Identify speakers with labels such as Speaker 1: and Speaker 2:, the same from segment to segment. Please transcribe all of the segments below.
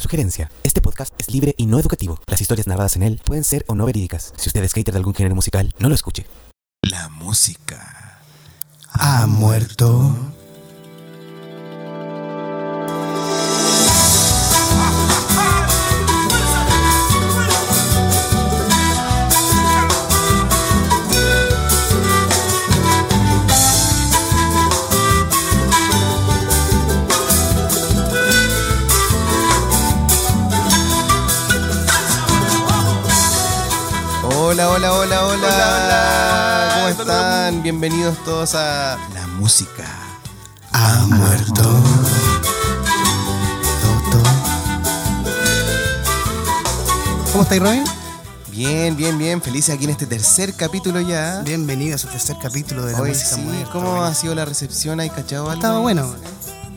Speaker 1: Sugerencia. Este podcast es libre y no educativo. Las historias narradas en él pueden ser o no verídicas. Si usted es hater de algún género musical, no lo escuche.
Speaker 2: La música ha muerto. Hola, hola, hola, hola. ¿Cómo están? Bienvenidos todos a La música ha muerto. Toto.
Speaker 3: ¿Cómo estáis, Robin?
Speaker 2: Bien, bien, bien. Felices aquí en este tercer capítulo ya.
Speaker 3: Bienvenido a su tercer capítulo de La
Speaker 2: Hoy
Speaker 3: Música
Speaker 2: sí,
Speaker 3: Muerta.
Speaker 2: ¿cómo
Speaker 3: Robin.
Speaker 2: ha sido la recepción? ¿Hay cachado algo?
Speaker 3: Estaba bueno.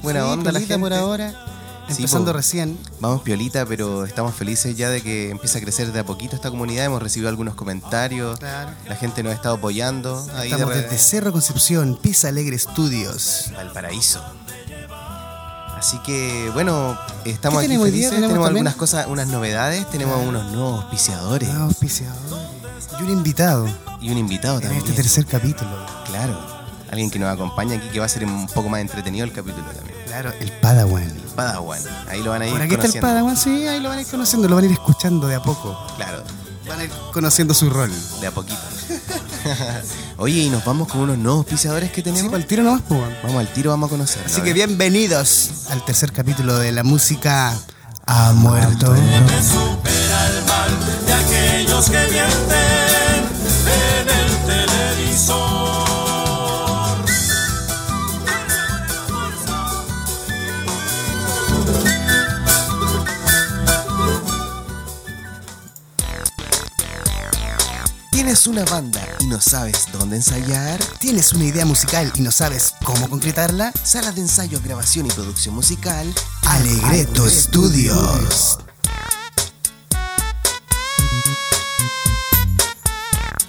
Speaker 2: Buena
Speaker 3: Sí,
Speaker 2: onda la
Speaker 3: piolita
Speaker 2: gente.
Speaker 3: por ahora.
Speaker 2: Sí,
Speaker 3: Empezando
Speaker 2: po.
Speaker 3: recién.
Speaker 2: Vamos piolita, pero estamos felices ya de que empieza a crecer de a poquito esta comunidad. Hemos recibido algunos comentarios.
Speaker 3: Claro.
Speaker 2: La gente nos ha estado apoyando. Ahí
Speaker 3: Estamos
Speaker 2: de re-
Speaker 3: desde Cerro Concepción, Pisa Alegre Studios.
Speaker 2: Valparaíso. Así que, bueno, estamos
Speaker 3: ¿Qué
Speaker 2: aquí
Speaker 3: tenemos hoy
Speaker 2: felices. Tenemos,
Speaker 3: día? ¿Tenemos también?
Speaker 2: algunas cosas, unas novedades. Tenemos unos nuevos auspiciadores
Speaker 3: Ah, auspiciador. Y un invitado
Speaker 2: y un invitado
Speaker 3: en
Speaker 2: también.
Speaker 3: este tercer capítulo.
Speaker 2: Claro, alguien que nos acompaña aquí que va a ser un poco más entretenido el capítulo también.
Speaker 3: Claro, el Padawan.
Speaker 2: Padawan, ahí lo van a ir
Speaker 3: Por aquí está el
Speaker 2: conociendo.
Speaker 3: Padawan, sí, ahí lo van a ir conociendo, lo van a ir escuchando de a poco.
Speaker 2: Claro,
Speaker 3: Van a ir conociendo su rol.
Speaker 2: de a poquito. Oye, y nos vamos con unos nuevos auspiciadores que
Speaker 3: Sí,
Speaker 2: tenemos.
Speaker 3: para el tiro nomás, pues.
Speaker 2: Vamos al tiro, vamos a conocer.
Speaker 3: Así que bienvenidos al tercer capítulo de la música ha muerto.
Speaker 4: supera el mal de aquellos que mienten en el televisor.
Speaker 2: Tienes una banda y no sabes dónde ensayar.
Speaker 3: ¿Tienes una idea musical y no sabes cómo concretarla?
Speaker 2: Salas de ensayo, grabación y producción musical.
Speaker 3: Alegreto Studios.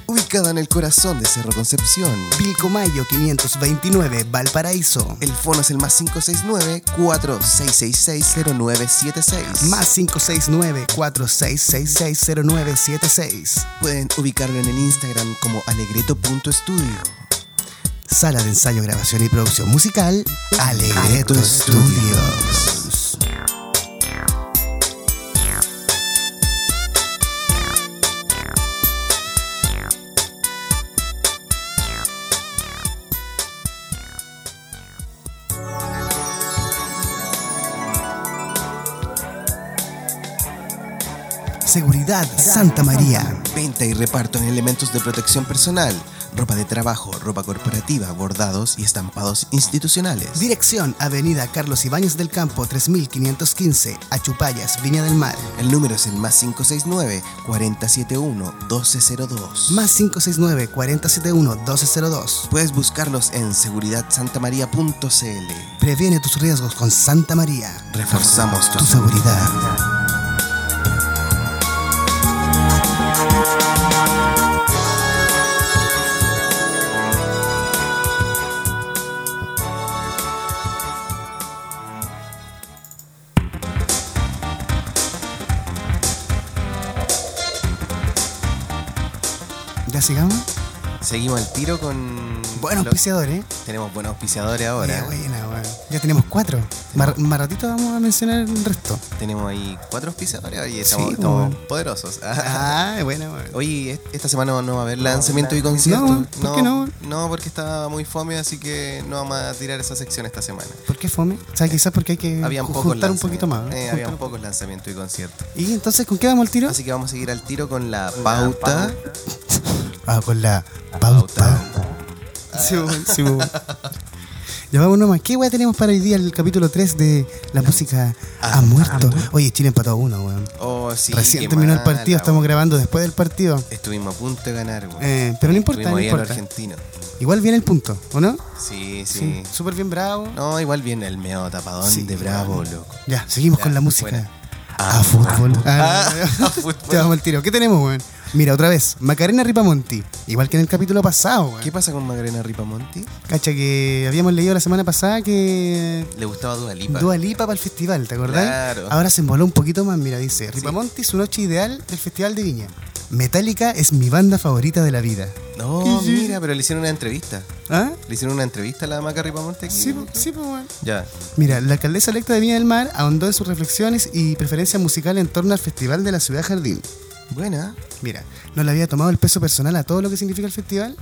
Speaker 2: Ubicada en el corazón de Cerro Concepción.
Speaker 3: Pilcomayo 529, Valparaíso.
Speaker 2: El fono es el más 569-4666-0976.
Speaker 3: Más 569-4666-0976.
Speaker 2: pueden ubicarlo en el Instagram como alegreto.studio.
Speaker 3: Sala de ensayo, grabación y producción musical. Alegreto Studios. Seguridad Santa María.
Speaker 2: Venta y reparto en elementos de protección personal, ropa de trabajo, ropa corporativa, bordados y estampados institucionales.
Speaker 3: Dirección Avenida Carlos Ibáñez del Campo 3515, Achupayas, Viña del Mar.
Speaker 2: El número es el más 569-471-1202.
Speaker 3: Más 569-471-1202.
Speaker 2: Puedes buscarlos en seguridadsantamaría.cl.
Speaker 3: Previene tus riesgos con Santa María.
Speaker 2: Reforzamos
Speaker 3: Tu seguridad. ¿Ya sigamos?
Speaker 2: Seguimos al tiro con...
Speaker 3: Bueno,
Speaker 2: lo-
Speaker 3: auspiciador, ¿eh?
Speaker 2: Tenemos buenos auspiciadores ahora.
Speaker 3: Ya, buena, weón. Ya tenemos cuatro. Más, más ratito vamos a mencionar el resto.
Speaker 2: Tenemos ahí cuatro auspiciadores y estamos,
Speaker 3: Sí,
Speaker 2: estamos
Speaker 3: bueno.
Speaker 2: poderosos.
Speaker 3: Ah, buena, weón.
Speaker 2: Oye, est- esta semana no va a haber lanzamiento y concierto.
Speaker 3: No, ¿por qué no?
Speaker 2: No, porque está muy fome, así que no vamos a tirar esa sección esta semana.
Speaker 3: ¿Por qué fome? O sea, quizás porque hay que
Speaker 2: Habían
Speaker 3: Mm, ju-
Speaker 2: pocos
Speaker 3: juntar un
Speaker 2: lanzamientos.
Speaker 3: poquito más.
Speaker 2: Eh,
Speaker 3: ¿eh?
Speaker 2: habían
Speaker 3: Juntar-
Speaker 2: pocos lanzamientos y conciertos.
Speaker 3: ¿Y entonces con qué damos el tiro?
Speaker 2: Así que vamos a seguir al tiro con la pauta.
Speaker 3: Ah, con la
Speaker 2: pauta.
Speaker 3: Sí, weón, sí, weón. Ya vamos nomás. ¿Qué weá tenemos para hoy día el capítulo 3 de la música ha muerto? Oye, Chile empató a uno, weón.
Speaker 2: Oh, sí, qué
Speaker 3: Recién terminó el
Speaker 2: mala,
Speaker 3: partido, estamos
Speaker 2: weón.
Speaker 3: grabando después del partido.
Speaker 2: Estuvimos a punto de ganar, güey.
Speaker 3: Eh, pero no importa,
Speaker 2: Estuvimos
Speaker 3: no
Speaker 2: ahí a los
Speaker 3: importa.
Speaker 2: argentinos.
Speaker 3: Igual viene el punto, ¿o no?
Speaker 2: Sí, sí.
Speaker 3: Súper bien bravo.
Speaker 2: No, igual viene el medio tapadón
Speaker 3: Sí,
Speaker 2: de bravo, loco.
Speaker 3: Ya, seguimos
Speaker 2: Ya,
Speaker 3: con la música.
Speaker 2: fuera.
Speaker 3: A fútbol.
Speaker 2: Ah,
Speaker 3: Ah,
Speaker 2: a
Speaker 3: Te
Speaker 2: fútbol.
Speaker 3: damos el tiro. ¿Qué tenemos, weón? Mira, otra vez, Macarena Ripamonti. Igual que en el capítulo pasado, weón.
Speaker 2: ¿Qué pasa con Macarena Ripamonti?
Speaker 3: Cacha que habíamos leído la semana pasada que
Speaker 2: Le gustaba Dua Lipa.
Speaker 3: Dua Lipa para el festival, ¿te acordás?
Speaker 2: Claro.
Speaker 3: Ahora se emboló un poquito más, mira, dice Ripamonti su noche ideal del Festival de Viña. Metallica es mi banda favorita de la vida.
Speaker 2: No, mira, pero le hicieron una entrevista.
Speaker 3: ¿Ah?
Speaker 2: ¿Le hicieron una entrevista a la Maca Ripamonte? aquí?
Speaker 3: Sí, po- sí, pues, weón.
Speaker 2: Ya.
Speaker 3: Mira, la alcaldesa electa de Viña del Mar ahondó en sus reflexiones y preferencia musical en torno al Festival de la Ciudad Jardín.
Speaker 2: Buena.
Speaker 3: Mira, no le había tomado el peso personal a todo lo que significa el festival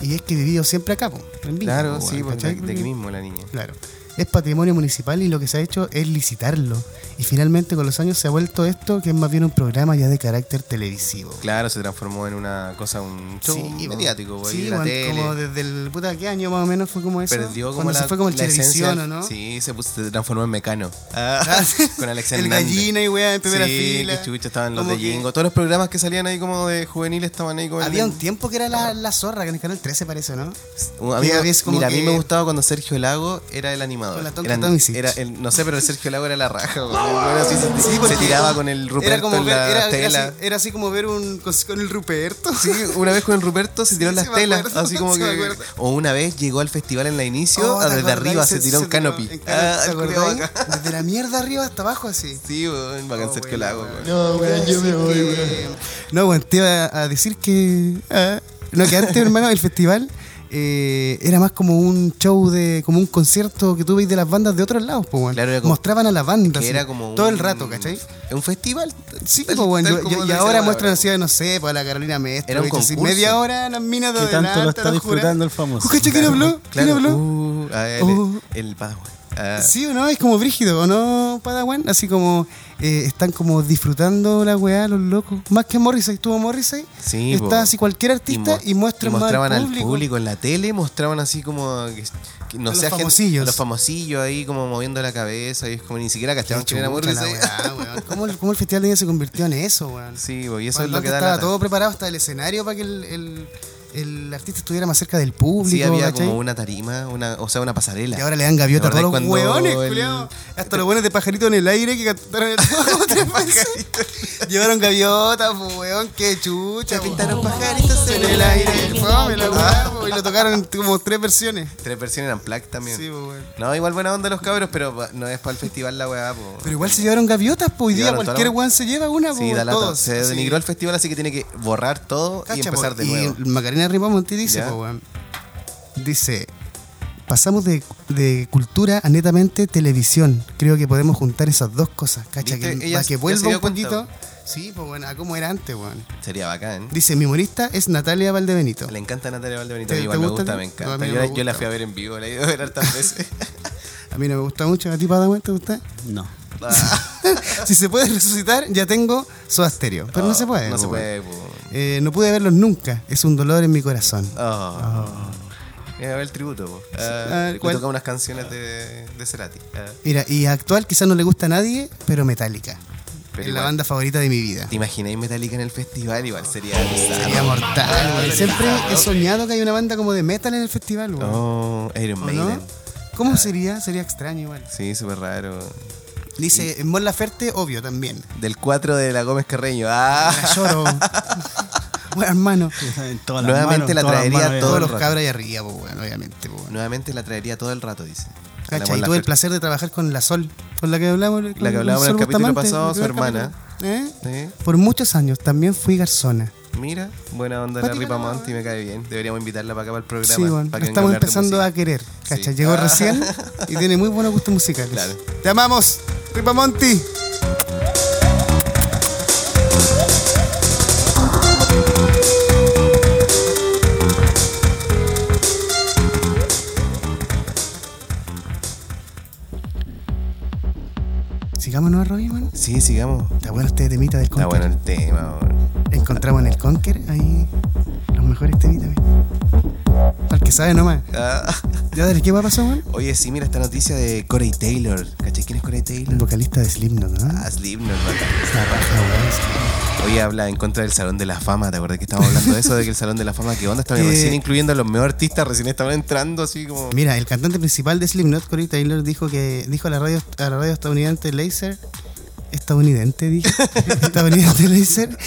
Speaker 3: y es que he vivido siempre acá, po, en Viña,
Speaker 2: Claro,
Speaker 3: po,
Speaker 2: sí,
Speaker 3: weón,
Speaker 2: porque
Speaker 3: ¿cachai?
Speaker 2: de aquí mismo la niña.
Speaker 3: Claro. Es patrimonio municipal y lo que se ha hecho es licitarlo. Y finalmente con los años se ha vuelto esto que es más bien un programa ya de carácter televisivo.
Speaker 2: Claro, se transformó en una cosa, un show
Speaker 3: weón.
Speaker 2: mediático, güey.
Speaker 3: Sí,
Speaker 2: la
Speaker 3: weón,
Speaker 2: tele.
Speaker 3: como desde el puta qué año más o menos fue como eso.
Speaker 2: Perdió como
Speaker 3: Cuando
Speaker 2: la,
Speaker 3: se fue como el
Speaker 2: la esencia
Speaker 3: televisión,
Speaker 2: del-
Speaker 3: ¿o no? Ah,
Speaker 2: Sí, se, puso- se transformó en mecano. Ah, con Alex
Speaker 3: el
Speaker 2: Hernández.
Speaker 3: gallina y weá en primera
Speaker 2: sí,
Speaker 3: fila.
Speaker 2: que chucha, estaban los
Speaker 3: Como
Speaker 2: de
Speaker 3: que
Speaker 2: Jingo. Todos los programas que salían ahí como de juveniles estaban ahí como... en
Speaker 3: Había
Speaker 2: el-
Speaker 3: un tiempo que era la, la zorra, que en el canal 13 parece, ¿no?
Speaker 2: A mí,
Speaker 3: que
Speaker 2: me-
Speaker 3: había es como
Speaker 2: mira, a
Speaker 3: que-
Speaker 2: mí me gustaba cuando Sergio Lago era el animador.
Speaker 3: Con la tonta
Speaker 2: Eran-
Speaker 3: Tomisic.
Speaker 2: era el- no sé, pero el Sergio Lago era la raja. güey. Bueno, sí, se, se
Speaker 3: porque
Speaker 2: tiraba con el Ruperto
Speaker 3: pues, era como
Speaker 2: en
Speaker 3: ver-
Speaker 2: la
Speaker 3: era- era
Speaker 2: tela.
Speaker 3: así- era así como ver un con, con el Ruperto.
Speaker 2: Sí, una vez con el Ruperto se tiró en
Speaker 3: Sí,
Speaker 2: las
Speaker 3: me
Speaker 2: telas,
Speaker 3: acuerdo,
Speaker 2: así como
Speaker 3: sí me
Speaker 2: que...
Speaker 3: acuerdo.
Speaker 2: O una vez llegó al festival en la inicio,
Speaker 3: Oh,
Speaker 2: ah,
Speaker 3: ¿te
Speaker 2: desde
Speaker 3: acordás?
Speaker 2: arriba se, tiró un
Speaker 3: tiró
Speaker 2: canopy.
Speaker 3: en canopy,
Speaker 2: Ah,
Speaker 3: ¿te
Speaker 2: el
Speaker 3: acordás?
Speaker 2: culiao acá.
Speaker 3: Desde la mierda arriba hasta abajo así.
Speaker 2: Sí, weón, bacán
Speaker 3: Oh,
Speaker 2: Sergio
Speaker 3: weón,
Speaker 2: Lago,
Speaker 3: weón.
Speaker 2: weón.
Speaker 3: No, weón, yo me voy, weón. No, weón, te iba a decir que. ah, no, que antes, hermano, el festival eh, era más como un show de. como un concierto que tú veis de las bandas de otros lados, pues, weón.
Speaker 2: Claro, era como-
Speaker 3: Mostraban a la banda.
Speaker 2: Que
Speaker 3: así,
Speaker 2: era como
Speaker 3: Todo el
Speaker 2: un-
Speaker 3: rato, ¿cachai?
Speaker 2: Es un festival.
Speaker 3: Sí,
Speaker 2: tal-
Speaker 3: pues, weón.
Speaker 2: tal
Speaker 3: yo-
Speaker 2: como
Speaker 3: yo- y
Speaker 2: lo dice
Speaker 3: ahora
Speaker 2: la
Speaker 3: muestran
Speaker 2: palabra,
Speaker 3: así, no sé, pues a la Carolina Maestro.
Speaker 2: Era un
Speaker 3: y así,
Speaker 2: concurso.
Speaker 3: media hora, las minas de
Speaker 5: Que tanto lo
Speaker 3: adelante,
Speaker 5: está
Speaker 3: los jurados.
Speaker 5: disfrutando el famoso.
Speaker 3: Oh, ¿Cachai quién habló?
Speaker 2: Claro,
Speaker 3: ¿Quién habló?
Speaker 2: uh, ah, el,
Speaker 3: Uh.
Speaker 2: el Padawan. Ah,
Speaker 3: Sí o no, es como brígido, ¿o no, Padawan? Así como eh, están como disfrutando la weá, los locos. Más que Morrissey, estuvo Morrissey.
Speaker 2: Sí, po.
Speaker 3: Está así cualquier artista
Speaker 2: mo-
Speaker 3: y, muestran
Speaker 2: y
Speaker 3: más
Speaker 2: mostraban
Speaker 3: al
Speaker 2: al
Speaker 3: público.
Speaker 2: público en la tele, mostraban así como que, que no
Speaker 3: A
Speaker 2: sé,
Speaker 3: los
Speaker 2: a gente-
Speaker 3: famosillos.
Speaker 2: a los famosillos ahí como moviendo la cabeza y es como ni siquiera cachaban que era
Speaker 3: Chucha la
Speaker 2: Morrissey.
Speaker 3: weá, weón. ¿Cómo, el- cómo el Festival de Viña se convirtió en eso, weón?
Speaker 2: Sí, bo, y eso
Speaker 3: Cuando
Speaker 2: es lo que
Speaker 3: antes
Speaker 2: da
Speaker 3: estaba
Speaker 2: lata.
Speaker 3: todo preparado hasta el escenario para que el, el- el artista estuviera más cerca del público.
Speaker 2: Sí, había
Speaker 3: ¿cachai?
Speaker 2: como una tarima, una, o sea, una pasarela.
Speaker 3: Y ahora le dan gaviota a
Speaker 2: ¿Te
Speaker 3: todos
Speaker 2: acordás
Speaker 3: los
Speaker 2: cuando
Speaker 3: hueones,
Speaker 2: el-
Speaker 3: culiao. Hasta los hueones de pajarito en el aire que cantaron el como tres veces. Llevaron gaviota, pues, hueón, qué chucha. po.
Speaker 2: pintaron pajaritos
Speaker 3: en el aire.
Speaker 2: Ah.
Speaker 3: Fome la hueá, po, y lo tocaron como tres versiones.
Speaker 2: Tres versiones eran plac también.
Speaker 3: Sí, po, weón.
Speaker 2: no, igual buena onda los cabros, pero pa- no es para el festival la weá, po.
Speaker 3: Pero igual se llevaron gaviotas, pues hoy día
Speaker 2: Llevaron toda
Speaker 3: cualquier
Speaker 2: la-
Speaker 3: hueón se lleva una,
Speaker 2: Sí,
Speaker 3: po,
Speaker 2: da lata.
Speaker 3: todos.
Speaker 2: Se
Speaker 3: Sí.
Speaker 2: denigró el festival, así que tiene que borrar todo y
Speaker 3: Cacha,
Speaker 2: empezar
Speaker 3: po.
Speaker 2: de nuevo.
Speaker 3: Y Macarena Ripamonti dice,
Speaker 2: Ya.
Speaker 3: po, weón, dice, pasamos de, de cultura a netamente televisión. Creo que podemos juntar esas dos cosas, cacha,
Speaker 2: ¿Viste? Ella
Speaker 3: que, pa' que
Speaker 2: ya se
Speaker 3: vuelva
Speaker 2: dio
Speaker 3: un
Speaker 2: cuenta,
Speaker 3: poquito. Sí, pues bueno, a cómo era antes, weón.
Speaker 2: Sería bacán.
Speaker 3: Dice, mi humorista es Natalia Valdebenito.
Speaker 2: Le encanta Natalia Valdebenito,
Speaker 3: ¿Te- te
Speaker 2: igual me
Speaker 3: gusta a
Speaker 2: gusta,
Speaker 3: ti?
Speaker 2: me
Speaker 3: No, a
Speaker 2: encanta.
Speaker 3: mí no
Speaker 2: yo,
Speaker 3: me
Speaker 2: la- yo la
Speaker 3: gusta.
Speaker 2: fui a ver en vivo, la he ido a ver hartas veces.
Speaker 3: A mí no me gusta mucho, a ti Padawan te gusta.
Speaker 5: No.
Speaker 2: Ah.
Speaker 3: si se puede resucitar, ya tengo Soda Stereo. Pero no se puede.
Speaker 2: Ah, No se
Speaker 3: po,
Speaker 2: puede,
Speaker 3: weón.
Speaker 2: po.
Speaker 3: Eh, no pude verlos nunca. Es un dolor en mi corazón.
Speaker 2: Oh. Mira, ve el tributo, po.
Speaker 3: Ah,
Speaker 2: Ah, le
Speaker 3: ¿cuál?
Speaker 2: toca unas canciones de, de Cerati. Ah.
Speaker 3: Mira, y actual quizás no le gusta a nadie, pero Metallica.
Speaker 2: Pero
Speaker 3: es la
Speaker 2: igual.
Speaker 3: banda favorita de mi vida.
Speaker 2: ¿Te imagináis Metallica en el festival? Igual sería
Speaker 3: Oh. Sería
Speaker 2: bizarro.
Speaker 3: mortal, güey. Siempre he soñado que hay una banda como de metal en el festival, güey.
Speaker 2: Oh, Iron
Speaker 3: ¿O
Speaker 2: Maiden.
Speaker 3: no? ¿Cómo sería? Sería extraño igual.
Speaker 2: Sí, súper raro.
Speaker 3: Dice, Mon Laferte, obvio también.
Speaker 2: Del 4 de la Gómez Carreño. Ah.
Speaker 3: La lloro. bueno, hermano.
Speaker 5: En todas las
Speaker 2: Nuevamente la
Speaker 5: todas las
Speaker 2: traería
Speaker 5: manos,
Speaker 2: todo
Speaker 3: Todos
Speaker 2: el
Speaker 3: los
Speaker 2: rato.
Speaker 3: cabros ahí arriba, pues, bueno, obviamente, pues, bueno.
Speaker 2: Nuevamente la traería todo el rato, dice. La
Speaker 3: Cacha,
Speaker 2: Mon
Speaker 3: y tuve el
Speaker 2: Laferte.
Speaker 3: placer de trabajar con la Sol, con la que hablamos. con
Speaker 2: que hablamos en el
Speaker 3: Sol
Speaker 2: capítulo
Speaker 3: Bustamante,
Speaker 2: pasado,
Speaker 3: el
Speaker 2: su
Speaker 3: primer
Speaker 2: hermana.
Speaker 3: capítulo. ¿Eh?
Speaker 2: Sí.
Speaker 3: Por muchos años también fui garzona.
Speaker 2: Mira, buena onda la
Speaker 3: Pati
Speaker 2: Ripa
Speaker 3: Paloma.
Speaker 2: Monti, me cae bien. Deberíamos invitarla para acá para el programa.
Speaker 3: Sí, bueno,
Speaker 2: para que
Speaker 3: la
Speaker 2: venga
Speaker 3: estamos
Speaker 2: a hablar de
Speaker 3: empezando a
Speaker 2: música.
Speaker 3: querer. Cacha,
Speaker 2: Sí.
Speaker 3: llegó
Speaker 2: Ah.
Speaker 3: recién y tiene muy buenos gustos musicales.
Speaker 2: Claro.
Speaker 3: Te amamos, Ripamonti. Sigamos, ¿no, Robin, mano?
Speaker 2: Sí, sigamos.
Speaker 3: Está bueno este temita del
Speaker 2: Está
Speaker 3: Conker.
Speaker 2: bueno el tema, weón.
Speaker 3: Encontramos en el Conker ahí los mejores temitas. güey. Al que sabe nomás.
Speaker 2: Ah.
Speaker 3: Ya, dale, ¿qué va a pasar, weón?
Speaker 2: Oye, sí, mira esta noticia de Corey Taylor. ¿Cachai quién es Corey
Speaker 3: El
Speaker 2: Taylor?
Speaker 3: vocalista de Slipknot, ¿no?
Speaker 2: Ah, Slipknot, bacán.
Speaker 3: Esta raja, weón, Slipknot.
Speaker 2: Oye, habla en contra del Salón de la Fama. ¿Te acordás que estábamos hablando de eso? De que el Salón de la Fama, ¿qué onda? Estaban
Speaker 3: Que-
Speaker 2: recién incluyendo a los mejores artistas, recién estaban entrando así como.
Speaker 3: Mira, el cantante principal de Slipknot, Corey Taylor, dijo que dijo a la radio, a la radio estadounidense Laser estadounidense, dije. estadounidense Laser.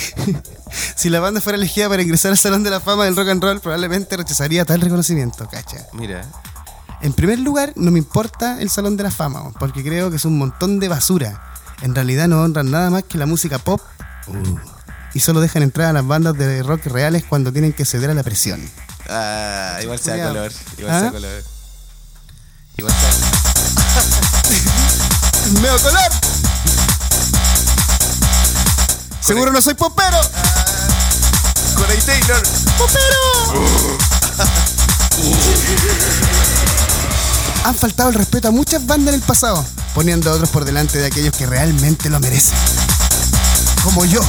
Speaker 3: si la banda fuera elegida para ingresar al Salón de la Fama del Rock and Roll, probablemente rechazaría tal reconocimiento, cacha.
Speaker 2: Mira.
Speaker 3: En primer lugar, no me importa el Salón de la Fama, weón, porque creo que es un montón de basura. En realidad no honran nada más que la música pop uh, y solo dejan entrar a las bandas de rock reales cuando tienen que ceder a la presión.
Speaker 2: Ah, igual sea
Speaker 3: Culeado.
Speaker 2: color. Igual
Speaker 3: ¿Ah?
Speaker 2: sea color. Igual sea.
Speaker 3: ¡Meo color! ¡Seguro no soy popero!
Speaker 2: Corey Taylor.
Speaker 3: ¡Popero! Han faltado el respeto a muchas bandas en el pasado, poniendo a otros por delante de aquellos que realmente lo merecen. Como yo.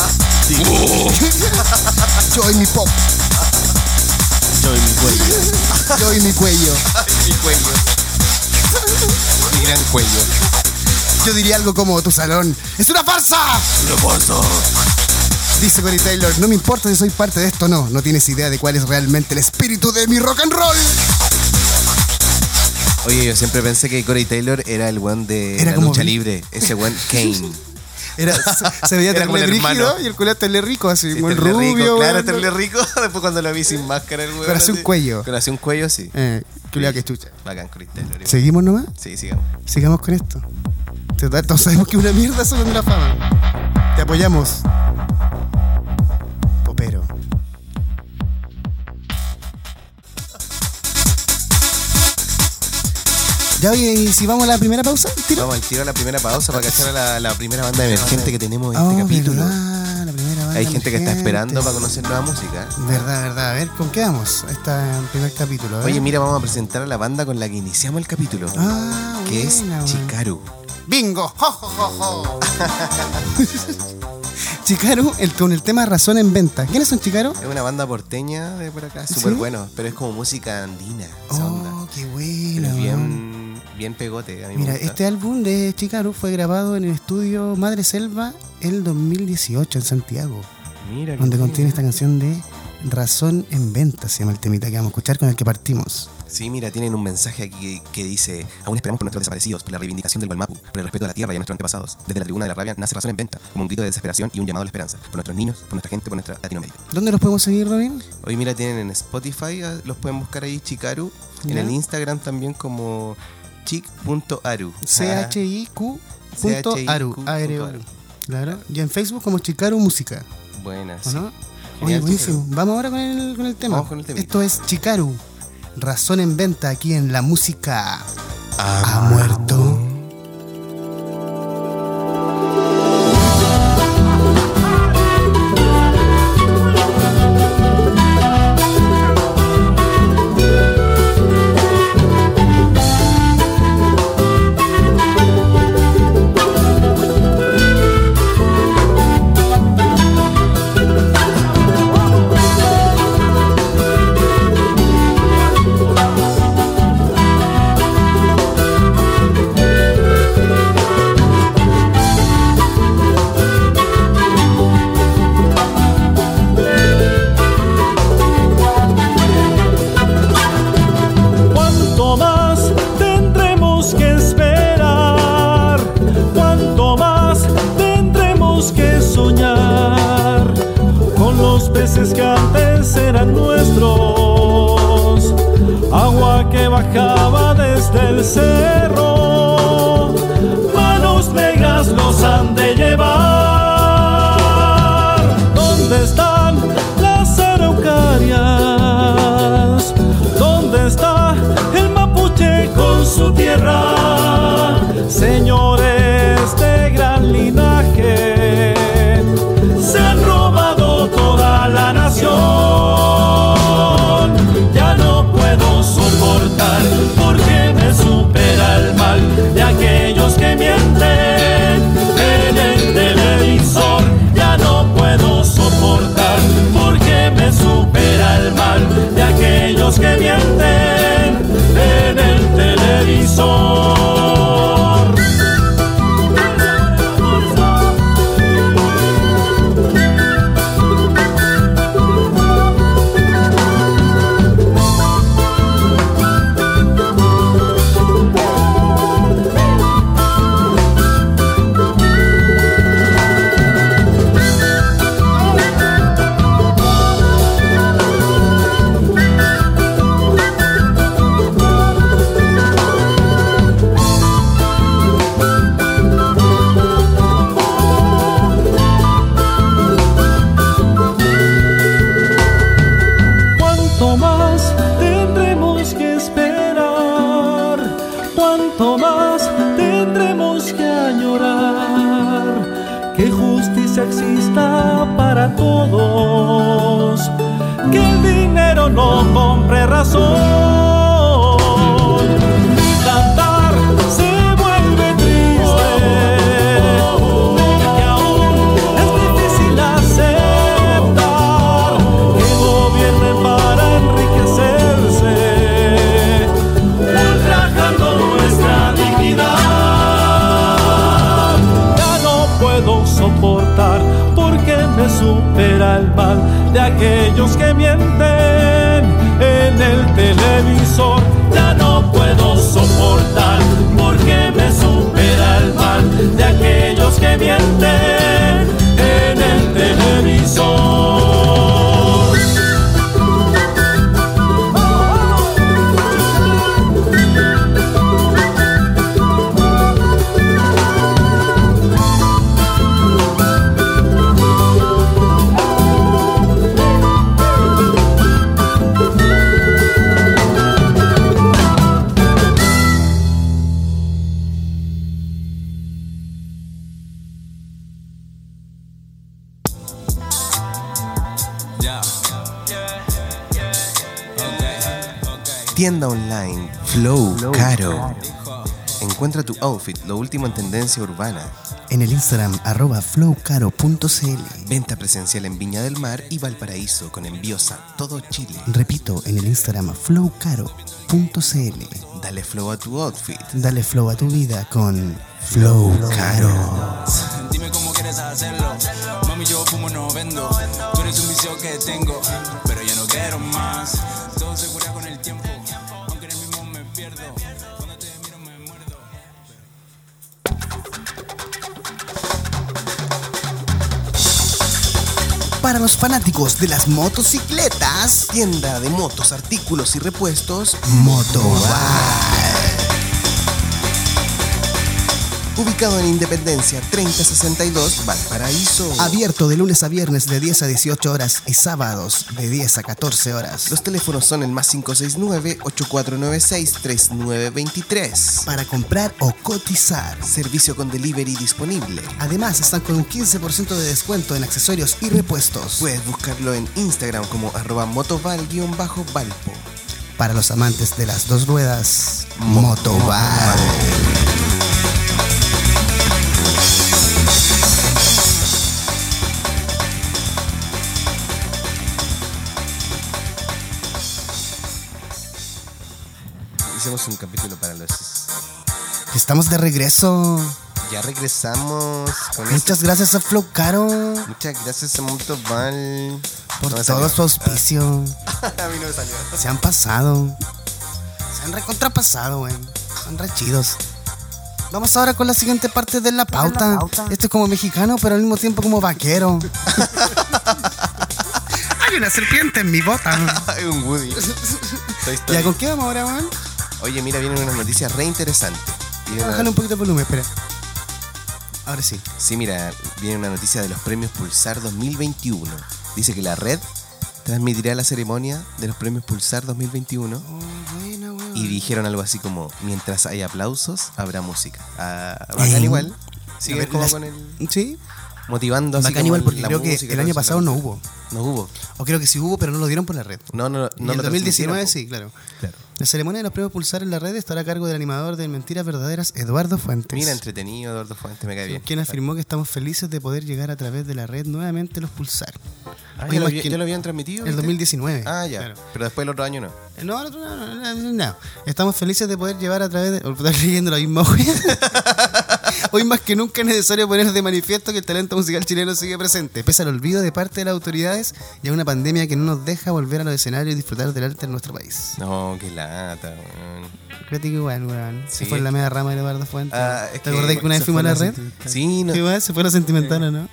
Speaker 3: yo y mi pop,
Speaker 2: Yo y mi cuello.
Speaker 3: yo y mi cuello.
Speaker 2: mi cuello. Mi gran cuello.
Speaker 3: Yo diría algo como tu salón. ¡Es una farsa!
Speaker 2: Lo puedo.
Speaker 3: Dice Corey Taylor, no me importa si soy parte de esto o no, no tienes idea de cuál es realmente el espíritu de mi rock and roll.
Speaker 2: Oye, yo siempre pensé que Corey Taylor era el one de
Speaker 3: Era
Speaker 2: la
Speaker 3: como-
Speaker 2: lucha libre. Ese one, Kane.
Speaker 3: Era, se, se veía
Speaker 2: Era como
Speaker 3: terrible
Speaker 2: el hermano.
Speaker 3: brígido y el culo terrible rico, así,
Speaker 2: Sí,
Speaker 3: como el
Speaker 2: terrible
Speaker 3: rubio.
Speaker 2: Este, rico, claro,
Speaker 3: weón.
Speaker 2: terrible rico. Después cuando lo vi sin máscara, el weón.
Speaker 3: Pero hace un
Speaker 2: así-
Speaker 3: cuello.
Speaker 2: Pero hace un cuello, sí.
Speaker 3: Eh, culiao que chucha.
Speaker 2: Bacán, Corey Taylor. igual.
Speaker 3: ¿Seguimos nomás?
Speaker 2: Sí, sigamos.
Speaker 3: Sigamos con esto. Total, Todos sabemos que es una mierda solo de la fama. Te apoyamos. Popero. Ya oye, y si vamos a la primera pausa, tiro.
Speaker 2: Vamos al tiro a la primera pausa para cachar a la, la primera banda emergente que tenemos en
Speaker 3: Ah,
Speaker 2: este capítulo.
Speaker 3: verdad, la primera banda
Speaker 2: Hay gente que está
Speaker 3: emergente.
Speaker 2: esperando para conocer nueva música.
Speaker 3: Verdad, verdad. A ver, ¿con qué vamos? Esta primer capítulo. a ver.
Speaker 2: Oye, mira, vamos a presentar a la banda con la que iniciamos el capítulo.
Speaker 3: Ah,
Speaker 2: que es
Speaker 3: buena, weón.
Speaker 2: Chicaru.
Speaker 3: Bingo. Jo, jo, jo, jo. Chicaru, el, con el tema Razón en Venta. ¿Quiénes son Chicaru?
Speaker 2: Es una banda porteña de por acá, súper
Speaker 3: ¿Ah, ¿Sí?
Speaker 2: bueno, pero es como música andina, esa onda.
Speaker 3: Oh, qué bueno.
Speaker 2: Pero bien, bien pegote, a mí
Speaker 3: Mira,
Speaker 2: me gusta.
Speaker 3: este álbum de Chicaru fue grabado en el estudio Madre Selva el 2018 en Santiago,
Speaker 2: Mira, qué
Speaker 3: donde
Speaker 2: bien.
Speaker 3: contiene esta canción de Razón en Venta, se llama el temita que vamos a escuchar con el que partimos.
Speaker 2: Sí, mira, tienen un mensaje aquí que, que dice: Aún esperamos por nuestros desaparecidos, por la reivindicación del Gualmapu, por el respeto a la tierra y a nuestros antepasados. Desde la tribuna de la rabia nace razón en venta, como un grito de desesperación y un llamado a la esperanza, por nuestros niños, por nuestra gente, por nuestra Latinoamérica.
Speaker 3: ¿Dónde los podemos seguir, Robin?
Speaker 2: Hoy, mira, tienen en Spotify, ah, los pueden buscar ahí, Chicaru. En
Speaker 3: Ya.
Speaker 2: el Instagram también, como chic.aru.
Speaker 3: C-H-I-Q. punto
Speaker 2: C-H-I-Q
Speaker 3: Aru,
Speaker 2: punto
Speaker 3: A-R-U.
Speaker 2: Aru.
Speaker 3: Claro. Y en Facebook como Chicaru Música.
Speaker 2: Buenas.
Speaker 3: ¿O no? Oye,
Speaker 2: Genial,
Speaker 3: buenísimo. Vamos ahora con el, con el tema.
Speaker 2: Vamos con el tema.
Speaker 3: Esto es Chicaru. Razón en venta aquí en la música.
Speaker 2: Ah,
Speaker 3: Ha muerto.
Speaker 5: ¿Cuánto más tendremos que esperar? ¿Cuánto más tendremos que soñar? Con los peces que antes eran nuestros, agua que bajaba desde el cerro, manos negras los han de llevar. ¿Dónde están las araucarias? ¿Dónde está el mapuche con su tierra? Señores de gran linaje, se han robado toda la nación. Ya no puedo soportar porque me supera el mal de aquellos que mienten en el que justicia exista para todos, que el dinero no compre razón. Cantar se vuelve triste, ver que aún es difícil aceptar que gobiernen para enriquecerse, ultrajando nuestra dignidad ya no puedo soportar porque me supera el mal de aquellos que mienten en el televisor. Ya no puedo soportar porque me supera el mal de aquellos que mienten en el televisor.
Speaker 2: Tienda online, Flow, Caro. Encuentra tu outfit, lo último en tendencia urbana.
Speaker 3: En el Instagram, arroba flowcaro.cl.
Speaker 2: Venta presencial en Viña del Mar y Valparaíso con envíos a todo Chile.
Speaker 3: Repito, en el Instagram, flowcaro.cl.
Speaker 2: Dale flow a tu outfit.
Speaker 3: Dale flow a tu vida con Flow Caro.
Speaker 6: Dime cómo quieres hacerlo. Mami, yo fumo, no vendo. Tú eres un vicio que tengo, pero yo no quiero más. Todo se cura con el tiempo, aunque en el mismo me pierdo. Cuando te miro, me muerdo.
Speaker 3: Para los fanáticos de las motocicletas,
Speaker 2: Tienda de motos, artículos y repuestos.
Speaker 3: Motobar.
Speaker 2: Ubicado en Independencia 3062, Valparaíso.
Speaker 3: Abierto de lunes a viernes de 10 a 18 horas y sábados de 10 a 14 horas.
Speaker 2: Los teléfonos son el más 569-8496-3923.
Speaker 3: Para comprar o cotizar.
Speaker 2: Servicio con delivery disponible.
Speaker 3: Además, están con un 15% de descuento en accesorios y repuestos.
Speaker 2: Puedes buscarlo en Instagram como arroba motoval-valpo.
Speaker 3: Para los amantes de las dos ruedas, Motobar.
Speaker 2: Hicimos un capítulo para los...
Speaker 3: Estamos de regreso.
Speaker 2: Ya regresamos con esto.
Speaker 3: Muchas gracias a Flow Caro
Speaker 2: Muchas gracias a Motoval.
Speaker 3: por
Speaker 2: No me salió.
Speaker 3: todo su auspicio.
Speaker 2: a mí no me salió.
Speaker 3: Se han pasado. Se han recontrapasado, güey. Son re chidos. Vamos ahora con la siguiente parte de la pauta. Esto es como mexicano, pero al mismo tiempo como vaquero. Hay una serpiente en mi bota.
Speaker 2: Ay, un Woody. Soy Story.
Speaker 3: ¿Ya con qué vamos ahora, güey?
Speaker 2: Oye, mira, vienen unas noticias re interesantes. Y una-
Speaker 3: Bájale un poquito el volumen, espera. Ahora sí.
Speaker 2: Sí, mira, viene una noticia de los premios Pulsar 2021. Dice que la red transmitirá la ceremonia de los premios Pulsar 2021
Speaker 3: Mm.
Speaker 2: y dijeron algo así como, mientras hay aplausos, habrá música. Ah, bacán
Speaker 3: Eh.
Speaker 2: igual.
Speaker 3: A
Speaker 2: Sigue
Speaker 3: ver,
Speaker 2: como
Speaker 3: las-
Speaker 2: con el...
Speaker 3: Sí.
Speaker 2: Motivando así
Speaker 3: Bacán
Speaker 2: como
Speaker 3: igual porque
Speaker 2: la
Speaker 3: creo que
Speaker 2: música y
Speaker 3: el
Speaker 2: todo
Speaker 3: año
Speaker 2: eso,
Speaker 3: pasado
Speaker 2: la
Speaker 3: no
Speaker 2: cosa.
Speaker 3: hubo.
Speaker 2: No hubo.
Speaker 3: O creo que sí hubo, pero no lo dieron por la red.
Speaker 2: No, no, no.
Speaker 3: Y
Speaker 2: lo
Speaker 3: el 2019
Speaker 2: transmitieron,
Speaker 3: sí, claro. La ceremonia de los premios Pulsar en la red estará a cargo del animador de Mentiras Verdaderas, Eduardo
Speaker 2: po.
Speaker 3: Fuentes.
Speaker 2: Mira, entretenido, Eduardo Fuentes, me cae bien.
Speaker 3: quien afirmó que estamos felices de poder llegar a través de la red nuevamente los Pulsar.
Speaker 2: Ah,
Speaker 3: Hoy
Speaker 2: ¿ya, lo,
Speaker 3: más
Speaker 2: vi-
Speaker 3: que-
Speaker 2: ya lo habían transmitido?
Speaker 3: El
Speaker 2: ¿viste?
Speaker 3: 2019.
Speaker 2: Ah, ya.
Speaker 3: claro.
Speaker 2: Pero después el otro año no.
Speaker 3: Eh, No, no, no, no, no, no, no. Estamos felices de poder llevar a través de. Estoy leyendo la misma wea. Hoy más que nunca es necesario poner de manifiesto que el talento musical chileno sigue presente, pese al olvido de parte de las autoridades y a una pandemia que no nos deja volver a los escenarios y disfrutar del arte en nuestro país.
Speaker 2: No, qué lata, weón.
Speaker 3: Creo que igual, weón. Se
Speaker 2: Sí.
Speaker 3: fue en la media rama de Eduardo Fuentes.
Speaker 2: Ah, es
Speaker 3: ¿Te
Speaker 2: que-
Speaker 3: acordás que una vez
Speaker 2: se
Speaker 3: fuimos a la red?
Speaker 2: Sí, no-
Speaker 3: Sí, weón, se fue a lo sentimental, ¿o ¿no?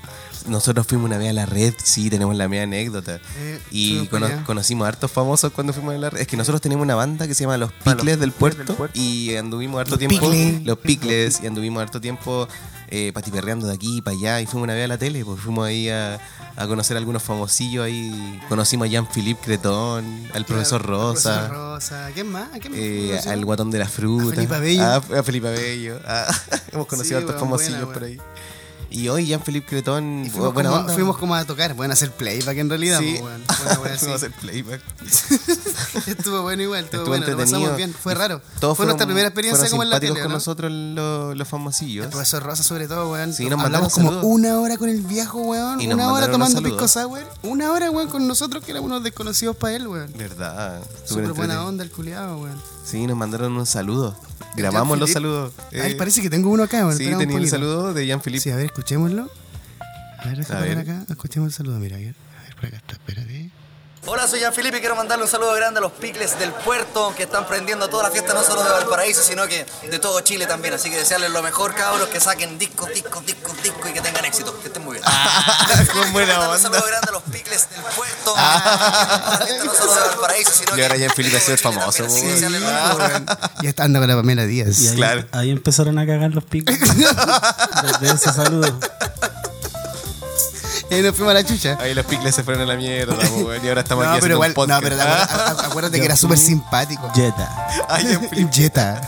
Speaker 2: nosotros fuimos una vez a la red, sí, tenemos la media anécdota.
Speaker 3: Eh,
Speaker 2: y
Speaker 3: fuimos
Speaker 2: cono-
Speaker 3: para allá.
Speaker 2: conocimos hartos famosos cuando fuimos a la red. Es que nosotros tenemos una banda que se llama Los Picles del Puerto, y anduvimos harto
Speaker 3: Los
Speaker 2: tiempo.
Speaker 3: Picles.
Speaker 2: Los Picles, y anduvimos harto tiempo eh, patiperreando de aquí para allá. Y fuimos una vez a la tele, pues fuimos ahí a, a conocer a algunos famosillos. Ahí conocimos a Jean-Philippe Cretón, al profesor Rosa.
Speaker 3: Profesor Rosa. ¿Quién más? ¿A quién más?
Speaker 2: eh,
Speaker 3: ¿Quién más?
Speaker 2: al guatón de la fruta.
Speaker 3: Felipe Abello.
Speaker 2: A, a Felipe Abello. Ah, hemos conocido
Speaker 3: Sí,
Speaker 2: a hartos
Speaker 3: weón,
Speaker 2: famosillos
Speaker 3: buena,
Speaker 2: por ahí.
Speaker 3: weón.
Speaker 2: Y hoy Jean-Philippe Cretón,
Speaker 3: Y fuimos,
Speaker 2: buena
Speaker 3: como,
Speaker 2: onda.
Speaker 3: fuimos como a tocar, bueno, a hacer playback en realidad.
Speaker 2: Sí.
Speaker 3: pues, bueno, fue una wea así.
Speaker 2: Fuimos a hacer playback.
Speaker 3: estuvo bueno igual, estuvo,
Speaker 2: Estuvo
Speaker 3: bueno, lo pasamos
Speaker 2: entretenido.
Speaker 3: bien, fue raro.
Speaker 2: Todos
Speaker 3: fue nuestra
Speaker 2: fueron-
Speaker 3: primera experiencia
Speaker 2: fueron
Speaker 3: como en la
Speaker 2: simpáticos
Speaker 3: tele.
Speaker 2: con
Speaker 3: ¿no?
Speaker 2: nosotros los, los famosillos.
Speaker 3: El profesor Rosa sobre todo, weón.
Speaker 2: Sí, nos mandaron
Speaker 3: Hablamos como
Speaker 2: saludos.
Speaker 3: una hora con el viejo, weón.
Speaker 2: Y nos
Speaker 3: Una hora
Speaker 2: mandaron
Speaker 3: tomando
Speaker 2: los
Speaker 3: pisco
Speaker 2: saludos.
Speaker 3: sour. Una hora, weón, con nosotros que éramos unos desconocidos para él, weón.
Speaker 2: Verdad. súper
Speaker 3: Súper buena
Speaker 2: entretenido.
Speaker 3: onda el culiado, weón.
Speaker 2: Sí, nos mandaron un saludo. Grabamos los
Speaker 3: Jean-Philippe.
Speaker 2: saludos.
Speaker 3: Ay,
Speaker 2: Eh,
Speaker 3: parece que tengo uno acá, weón.
Speaker 2: sí,
Speaker 3: Espera un
Speaker 2: tenía el
Speaker 3: poquito.
Speaker 2: saludo de Jean-Philippe.
Speaker 3: Sí, a ver, escuchémoslo. A ver, déjame
Speaker 2: A ver.
Speaker 3: ver acá. Escuchemos el saludo, mira. A ver, a ver, por acá está, espérate.
Speaker 7: Hola, soy Jan Felipe y quiero mandarle un saludo grande a los picles del puerto que están prendiendo toda la fiesta, no solo de Valparaíso, sino que de todo Chile también. Así que desearles lo mejor, cabros, que saquen discos, discos, discos, discos y que tengan éxito. Que estén muy bien.
Speaker 2: Ah, con buena
Speaker 7: Mandarle Un
Speaker 2: onda. Ah.
Speaker 7: saludo grande a los picles del puerto. que están prendiendo no solo de Valparaíso, sino
Speaker 2: Y ahora
Speaker 7: que
Speaker 2: Jan Felipe
Speaker 7: de todo
Speaker 2: va a ser famoso, Ah,
Speaker 7: Chile también. Así que
Speaker 2: weón.
Speaker 7: desearles lo mejor.
Speaker 3: Ya está andando con la Pamela Díaz.
Speaker 8: Y ahí,
Speaker 2: Claro.
Speaker 8: ahí empezaron a cagar los picos. Desde ese saludo.
Speaker 3: Y ahí nos fuimos a la chucha.
Speaker 2: Ahí los picles se fueron a la mierda, po, weón, y ahora estamos
Speaker 3: No,
Speaker 2: aquí
Speaker 3: pero
Speaker 2: haciendo
Speaker 3: igual,
Speaker 2: un podcast.
Speaker 3: no, pero acu- acu- acuérdate que era súper simpático.
Speaker 8: Jetta.
Speaker 2: Ay, Jean-Philippe.
Speaker 3: Jetta.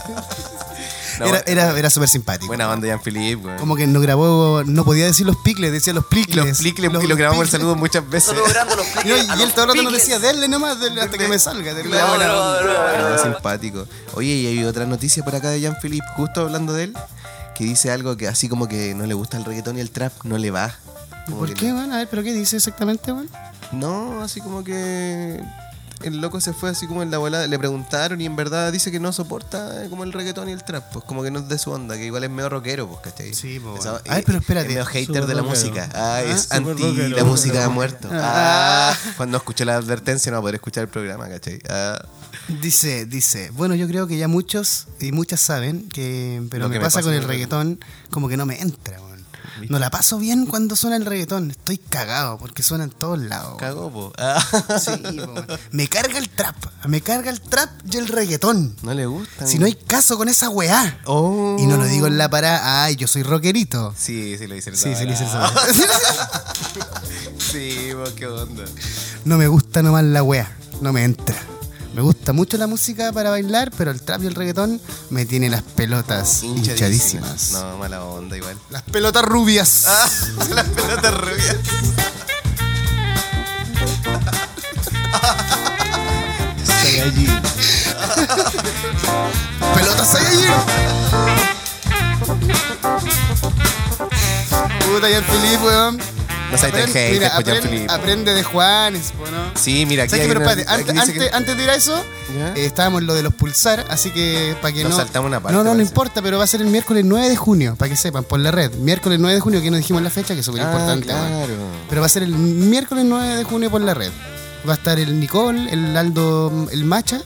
Speaker 2: No,
Speaker 3: Era,
Speaker 2: bueno,
Speaker 3: era, era súper simpático.
Speaker 2: Buena banda Jean-Philippe, weón.
Speaker 3: Como que no grabó, no podía decir los picles, decía los
Speaker 2: Y
Speaker 3: plicles.
Speaker 2: los plicles, y lo grabamos el
Speaker 3: picles.
Speaker 2: saludo muchas
Speaker 7: Un
Speaker 2: veces.
Speaker 7: saludo grande a los
Speaker 3: No,
Speaker 7: picles. a
Speaker 3: y, y él
Speaker 7: los
Speaker 3: todo el rato nos
Speaker 7: picles.
Speaker 3: decía, denle nomás, denle hasta que me salga. denle".
Speaker 7: No,
Speaker 3: Buena
Speaker 7: no,
Speaker 3: onda.
Speaker 7: no, no.
Speaker 2: Ah, simpático. Oye, y hay otra noticia por acá de Jean-Philippe, justo hablando de él, que dice algo que así como que no le gusta el reggaetón y el trap, no le va.
Speaker 3: ¿Y
Speaker 2: Como
Speaker 3: ¿Por
Speaker 2: que
Speaker 3: qué, weón? A ver, ¿pero qué dice exactamente, weón?
Speaker 2: No, No, así como que el loco se fue así como en la volada, le preguntaron y en verdad dice que no soporta eh, como el reggaetón y el trap, pues como que no es de su onda, que igual es medio rockero, pues, ¿cachai?
Speaker 3: Sí, pues,
Speaker 2: Esa-
Speaker 3: bueno. Ay,
Speaker 2: eh,
Speaker 3: pero espérate.
Speaker 2: Es medio hater
Speaker 8: Súper
Speaker 2: de la
Speaker 8: rockero.
Speaker 2: música. Ah, es
Speaker 8: súper
Speaker 2: anti
Speaker 8: rockero.
Speaker 2: la música ha muerto. Ah, cuando escuché la advertencia no va a poder escuchar el programa, ¿cachai? Ah.
Speaker 3: Dice, dice, bueno, yo creo que ya muchos y muchas saben que, pero
Speaker 2: Lo
Speaker 3: me,
Speaker 2: que me
Speaker 3: pasa
Speaker 2: pasa
Speaker 3: con
Speaker 2: con
Speaker 3: el
Speaker 2: el
Speaker 3: reggaetón, como que no me entra, weón. No la paso bien cuando suena el reggaetón, estoy cagado porque suena en todos lados. weón.
Speaker 2: Cagó, po. Ah.
Speaker 3: Oh. Sí, po, weón. me carga el trap, me carga el trap y el reggaetón.
Speaker 2: No le gusta.
Speaker 3: Si no hay caso con esa weá.
Speaker 2: Oh.
Speaker 3: Y no lo digo en la parada, ay, yo soy rockerito.
Speaker 2: Sí, sí lo dice el
Speaker 3: Sí, sí, le hice el
Speaker 2: sábado.
Speaker 3: sabor.
Speaker 2: Sí, po, qué onda.
Speaker 3: No me gusta nomás la wea, no me entra. Me gusta mucho la música para bailar, pero el trap y el reggaetón me tiene las pelotas hinchadísimas.
Speaker 2: No, mala onda igual. Ah,
Speaker 3: Las pelotas rubias.
Speaker 2: Las pelotas rubias.
Speaker 3: pelotas hay allí. Puta, Jean Felipe, weón.
Speaker 2: No seas tan
Speaker 3: Aprende-
Speaker 2: hater,
Speaker 3: mira,
Speaker 2: pues,
Speaker 3: aprende-
Speaker 2: Jean-Philippe.
Speaker 3: Aprende de Juanes, po, ¿no?
Speaker 2: Sí, mira, aquí
Speaker 3: ¿Sabes
Speaker 2: hay
Speaker 3: qué? Pero
Speaker 2: una-
Speaker 3: espérate,
Speaker 2: aquí
Speaker 3: antes,
Speaker 2: dice que-
Speaker 3: antes, antes de ir a eso,
Speaker 2: ¿Ya?
Speaker 3: eh, estábamos en lo de los pulsar, así que para que
Speaker 2: Nos
Speaker 3: no.
Speaker 2: saltamos una parte,
Speaker 3: no, no, no
Speaker 2: parece.
Speaker 3: importa, pero va a ser el miércoles 9 de junio, para que sepan, por la red. Miércoles 9 de junio, que no dijimos la fecha, que es súper
Speaker 2: Ah,
Speaker 3: importante.
Speaker 2: claro.
Speaker 3: weón. Pero va a ser el miércoles 9 de junio por la red. Va a estar el Nicole, el Aldo, el Macha,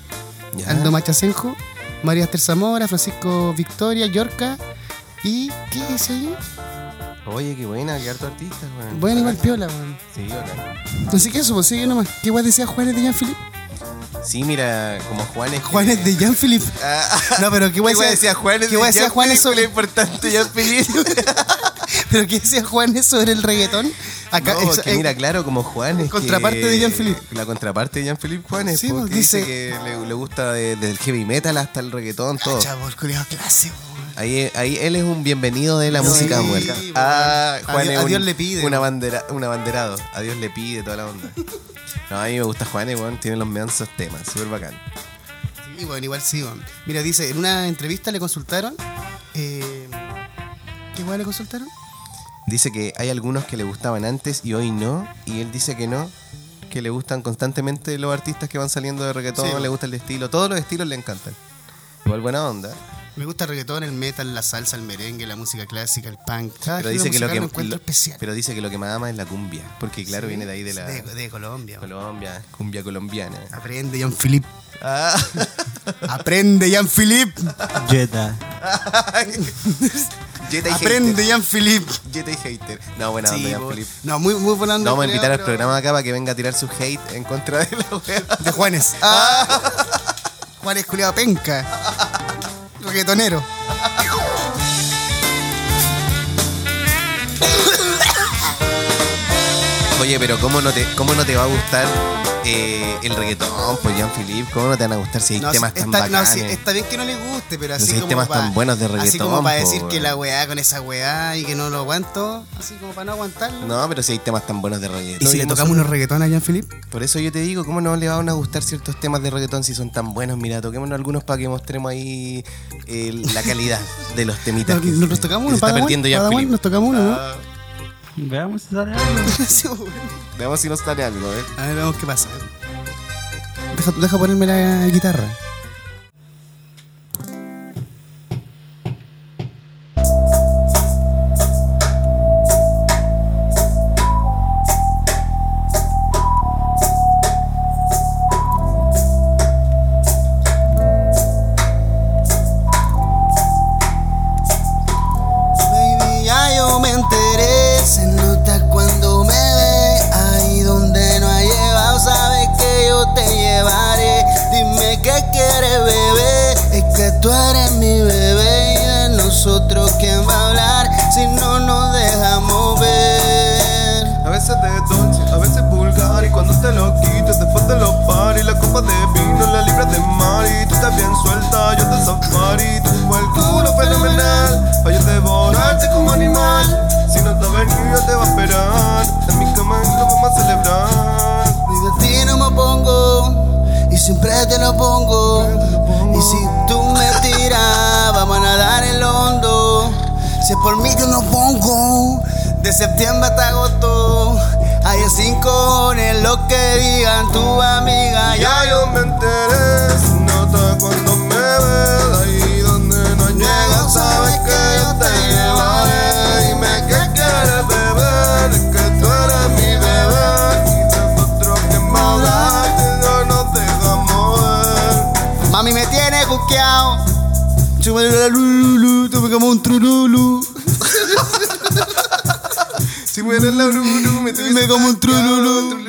Speaker 2: Ya.
Speaker 3: Aldo Machasenjo, María Esther Zamora, Francisco Victoria, Yorca. ¿Y qué dice yo?
Speaker 2: Oye, qué buena, qué harto artista, weón.
Speaker 3: Bueno, igual piola, weón.
Speaker 2: Sí, hola.
Speaker 3: Así que eso, pues sigue nomás. ¿Qué igual decía Juanes de Jean-Philippe?
Speaker 2: Sí, mira, como Juanes. Ah.
Speaker 3: Juanes de Jean-Philippe. No, pero ¿qué
Speaker 2: ¿Qué
Speaker 3: guay
Speaker 2: guay decía Juanes?
Speaker 3: ¿Qué guay decía Juanes
Speaker 2: Eso es lo
Speaker 3: sobre,
Speaker 2: importante, Jean-Philippe.
Speaker 3: pero qué decía Juanes sobre el reggaetón? Acá,
Speaker 2: No,
Speaker 3: ex-
Speaker 2: que mira, claro, como Juanes.
Speaker 3: Contraparte
Speaker 2: que-
Speaker 3: de Jean-Philippe.
Speaker 2: La contraparte de Jean-Philippe Juanes.
Speaker 3: Sí,
Speaker 2: porque
Speaker 3: pues,
Speaker 2: dice,
Speaker 3: dice- Ah,
Speaker 2: que le, le gusta de- del heavy metal hasta el reggaetón, todo.
Speaker 3: Chavo, el pues, culiao clase, weón.
Speaker 2: Ahí, ahí él es un bienvenido de la
Speaker 3: Sí,
Speaker 2: música muerta.
Speaker 3: bueno.
Speaker 2: Ah, Juan
Speaker 3: A
Speaker 2: es
Speaker 3: Dios- a
Speaker 2: un-
Speaker 3: Dios le pide,
Speaker 2: Una
Speaker 3: bueno.
Speaker 2: bandera, un abanderado. A Dios le pide toda la onda. No, a mí me gusta Juan, weón. Tiene los meanzos temas. Súper bacán.
Speaker 3: Sí, weón, igual sí, weón. Mira, dice, en una entrevista le consultaron. eh, ¿Qué guay le consultaron?
Speaker 2: Dice que hay algunos que le gustaban antes y hoy no. Y él dice que no. Que le gustan constantemente los artistas que van saliendo de reggaetón.
Speaker 3: Sí, bueno.
Speaker 2: le gusta el estilo. Todos los estilos le encantan. Igual buena onda.
Speaker 3: Me gusta el reggaetón, el metal, la salsa, el merengue, la música clásica, el punk. Cada
Speaker 2: Pero
Speaker 3: género
Speaker 2: dice, que lo
Speaker 3: musical
Speaker 2: que,
Speaker 3: lo encuentro
Speaker 2: lo-
Speaker 3: especial.
Speaker 2: pero dice que lo que más ama es la cumbia. Porque claro, viene de ahí de la
Speaker 3: de, de Colombia. weón.
Speaker 2: Colombia, cumbia colombiana.
Speaker 3: Aprende, Jean-Philippe.
Speaker 2: Ah.
Speaker 3: Aprende, Jean-Philippe.
Speaker 8: Jetta.
Speaker 2: Jetta y
Speaker 3: Aprende,
Speaker 2: hater.
Speaker 3: Jean-Philippe.
Speaker 2: Jetta y hater. No, buena
Speaker 3: Sí,
Speaker 2: onda,
Speaker 3: po.
Speaker 2: Jean-Philippe.
Speaker 3: No, muy, muy buena onda,
Speaker 2: No, vamos a
Speaker 3: culiao,
Speaker 2: invitar al
Speaker 3: pero-
Speaker 2: programa acá para que venga a tirar su hate en contra de la wea.
Speaker 3: De Juanes. Ah. Juanes culiado penca. Reggaetonero.
Speaker 2: Oye, pero ¿cómo no, te, ¿cómo no te va a gustar eh, el reggaetón, pues Jean-Philippe, ¿cómo no te van a gustar si hay
Speaker 3: No,
Speaker 2: temas
Speaker 3: sí,
Speaker 2: tan
Speaker 3: está, no,
Speaker 2: bacanes?
Speaker 3: sí, está bien que no le guste, pero así
Speaker 2: si hay
Speaker 3: como
Speaker 2: temas
Speaker 3: para,
Speaker 2: tan buenos de
Speaker 3: Así
Speaker 2: reggaetón,
Speaker 3: como para
Speaker 2: po,
Speaker 3: decir que
Speaker 2: weón.
Speaker 3: la weá con esa weá y que no lo aguanto, así como para no aguantarlo.
Speaker 2: No, pero si hay temas tan buenos de reggaetón.
Speaker 3: ¿Y si le
Speaker 2: hemos-
Speaker 3: tocamos unos reggaetón a Jean-Philippe?
Speaker 2: Por eso yo te digo, ¿cómo no le van a gustar ciertos temas de reggaetón si son tan buenos? Mira, toquémonos algunos para que mostremos ahí eh, la calidad de los temitas.
Speaker 3: Nos,
Speaker 2: que-
Speaker 3: nos
Speaker 2: que
Speaker 3: tocamos uno,
Speaker 2: se está
Speaker 3: Padawan,
Speaker 2: perdiendo ya Ah.
Speaker 3: Padawan, nos tocamos uno, ¿no?
Speaker 8: Veamos si sale
Speaker 3: Sí, weón.
Speaker 2: Veamos si nos sale algo, ¿eh?
Speaker 3: A ver, vamos qué pasa. Deja, deja ponerme la guitarra. Baby, ya yo me enteré. Se nota cuando me ve. Ahí donde no ha llevado, sabes que yo te llevaré. Dime qué quieres, bebé. Es que tú eres mi bebé. Y de nosotros, ¿quién va a hablar si no nos dejamos ver?
Speaker 9: A veces de dulce, a veces vulgar Y cuando te lo quites después de los paris La copa de vino, la libra de mar Y tú estás bien suelta, yo te safari Tú el culo fenomenal Pa' yo devorarte como animal Si no te venido te va a esperar En mi cama lo vamos a celebrar
Speaker 3: Y de ti no me pongo y siempre te lo pongo. Y si tú me tiras, vamos a nadar el hondo. Si es por mí que no pongo, de septiembre hasta agosto. Hay cinco en lo que digan tu amiga.
Speaker 9: Ya yo me enteré, se nota cuando me ves Ahí donde no llegas sabes que yo te llevaré Dime qué quieres beber, es que tú eres mi bebé Y nosotros que me hablar, si no nos dejamos ver
Speaker 3: Mami me tiene juzgado. Tuve como un trululu.
Speaker 9: Si fuera la Lulu, me
Speaker 3: Me como un trululu.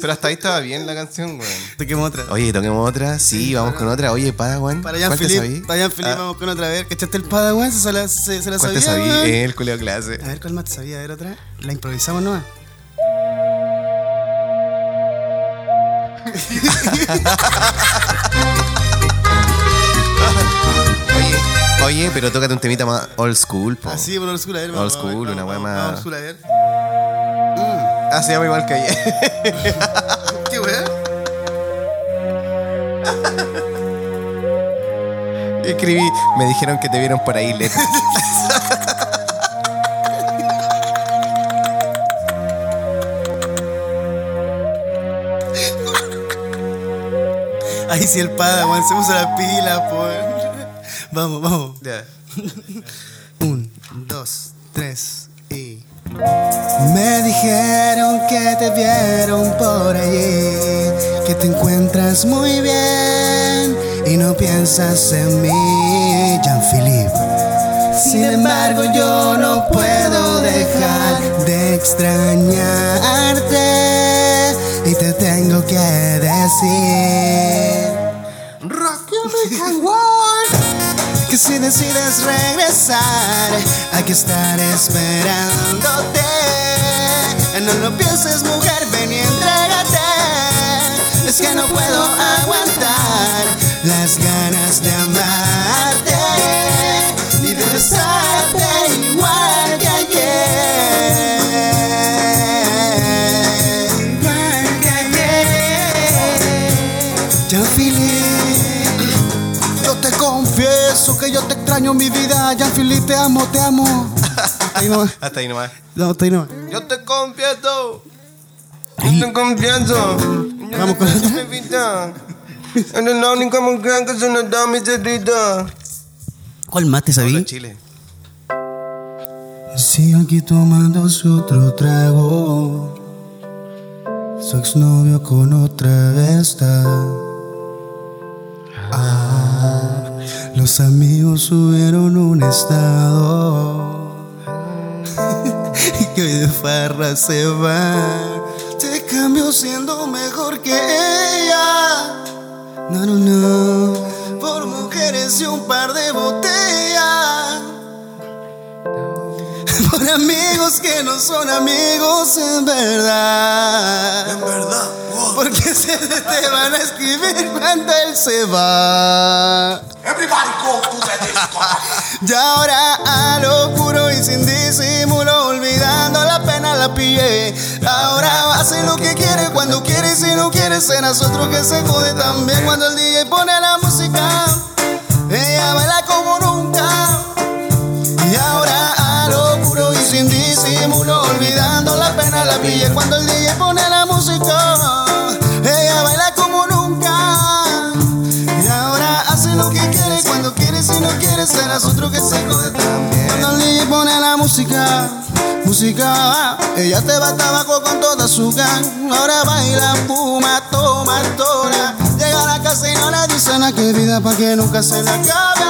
Speaker 2: Pero hasta ahí estaba bien la canción, güey.
Speaker 3: Te quemo otra.
Speaker 2: Oye, toquemos otra. Sí, vamos con otra. Oye, Padawan.
Speaker 3: Para
Speaker 2: ¿cuál te
Speaker 3: Jean-Philippe,
Speaker 2: sabí?
Speaker 3: para Jean-Philippe
Speaker 2: Ah,
Speaker 3: vamos con otra vez. ¿Cachaste el Padawan? ¿Se, la- se, se la
Speaker 2: ¿Cuál
Speaker 3: sabía?
Speaker 2: te sabí?
Speaker 3: weón?
Speaker 2: Eh, el culeo clase.
Speaker 3: A ver, ¿cuál más te sabía? A ver, otra. La improvisamos nomás.
Speaker 2: Oye, oye, pero tócate un temita más old school,
Speaker 9: Ah,
Speaker 2: po.
Speaker 3: Así, por old school, a ver.
Speaker 2: Oh. Old
Speaker 3: vamos,
Speaker 2: school,
Speaker 3: vamos,
Speaker 2: una
Speaker 3: vamos,
Speaker 2: wea
Speaker 3: vamos,
Speaker 2: más-
Speaker 3: Old school, a ver.
Speaker 2: Ah, se llama igual que ayer.
Speaker 3: ¿Qué wea?
Speaker 2: Escribí, me dijeron que te vieron por ahí, Leti.
Speaker 3: Ahí sí el Padawan se puso la pila, por. Vamos, vamos.
Speaker 2: Ya.
Speaker 3: Un, dos, tres y. Me dijeron que te vieron por allí, que te encuentras muy bien y no piensas en mí, Jean-Philippe. Sin embargo, yo no puedo dejar de extrañarte y te tengo que decir. que si decides regresar, aquí estaré esperándote. No lo pienses, mujer, ven y entrégate. Es que no puedo aguantar las ganas de amarte y de besarte igual que ayer. Igual que ayer. Yo, Philip. Yo te confieso que yo te extraño mi vida, Jean-Philippe, te amo, te amo. Hasta ahí nomás.
Speaker 2: Hasta ahí nomás.
Speaker 3: No, hasta ahí nomás.
Speaker 9: Yo te confieso, yo te confieso
Speaker 3: Vamos con otra.
Speaker 9: otra Eres la única mujer que se nos da miserita
Speaker 3: ¿Cuál más te
Speaker 2: Hola,
Speaker 3: sabía?
Speaker 2: Chile.
Speaker 3: Si aquí tomándose otro trago, su exnovio con otra está. Ah, los amigos subieron un estado. que hoy de farra se va. Te cambio siendo mejor que ella. No, no, no. Por mujeres y un par de botellas. Por amigos que no son amigos en verdad.
Speaker 9: En verdad. wow.
Speaker 3: Porque se te van a escribir cuando él se va.
Speaker 9: Everybody go to the disco.
Speaker 3: Y ahora a locuro y sin disimulo, olvidando la pena la pillé. Ahora hace lo que quiere, cuando quiere y si no quiere, serás otro que se jode también. Cuando el DJ pone la música, ella baila como nunca. Y ahora a locuro y sin disimulo, olvidando la pena la pillé. Cuando el DJ pone la música, ella baila como nunca. Y ahora hace lo que quiere, cuando quiere, si no quiere, serás otro que se jode también. Cuando el DJ pone la música, música, ella te va tabaco con toda su gang. Ahora baila, puma, toma, tona. Llega a la casa y no le dicen a qué vida, pa' que nunca se la acabe.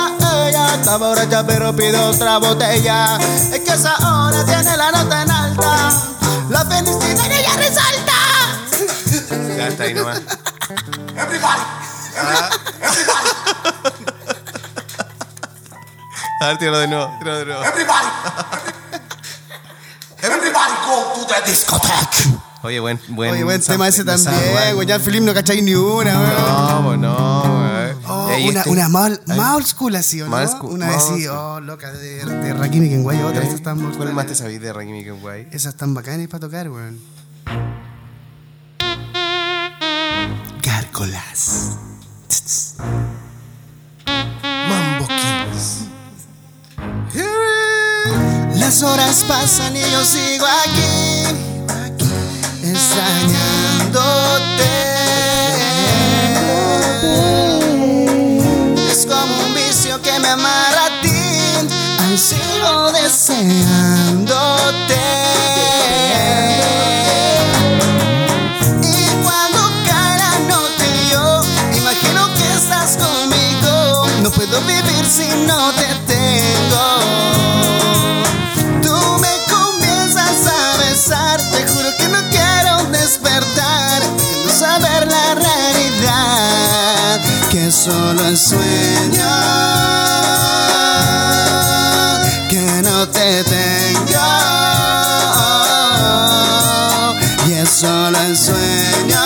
Speaker 3: Ella está borracha, pero pide otra botella. Es que esa hora tiene la nota en alta. La felicidad que ella resalta.
Speaker 2: Ya está ahí nomás. Ah.
Speaker 9: Everybody. Everybody.
Speaker 2: A ver, tíralo de nuevo, tíralo de nuevo.
Speaker 9: Everybody. Everybody go to the disco.
Speaker 2: Oye, buen, buen,
Speaker 3: Oye, buen tema ese
Speaker 2: sample, no sample,
Speaker 3: también, güey.
Speaker 2: güey.
Speaker 3: Ya Felipe no cacháis ni una, güey.
Speaker 2: No, pues no, güey.
Speaker 3: Oh,
Speaker 2: Y ahí
Speaker 3: una,
Speaker 2: este-
Speaker 3: una mal-
Speaker 2: ahí-
Speaker 3: más old school así, ¿o ¿no?
Speaker 2: Más school,
Speaker 3: una
Speaker 2: más
Speaker 3: vez
Speaker 2: old
Speaker 3: sí,
Speaker 2: school. ¿Eh?
Speaker 3: oh, loca, de, de Rakimi Kenway, otra, esas están muy
Speaker 2: este ¿Cuál más te
Speaker 3: bacanas.
Speaker 2: sabís de Reggae Maker, güey?
Speaker 3: Esas están bacanas para tocar, weón. Gárgolas.
Speaker 9: Mambo Kings.
Speaker 3: Las horas pasan y yo sigo aquí, extrañándote. Es como un vicio que me amarra a ti, aún sigo deseándote. Y cuando cae la noche yo imagino que estás conmigo. No puedo vivir si no te tengo. Tú me comienzas a besar, te juro que no quiero despertar, quiero saber la realidad que solo es sueño. Que no te tengo y es solo el sueño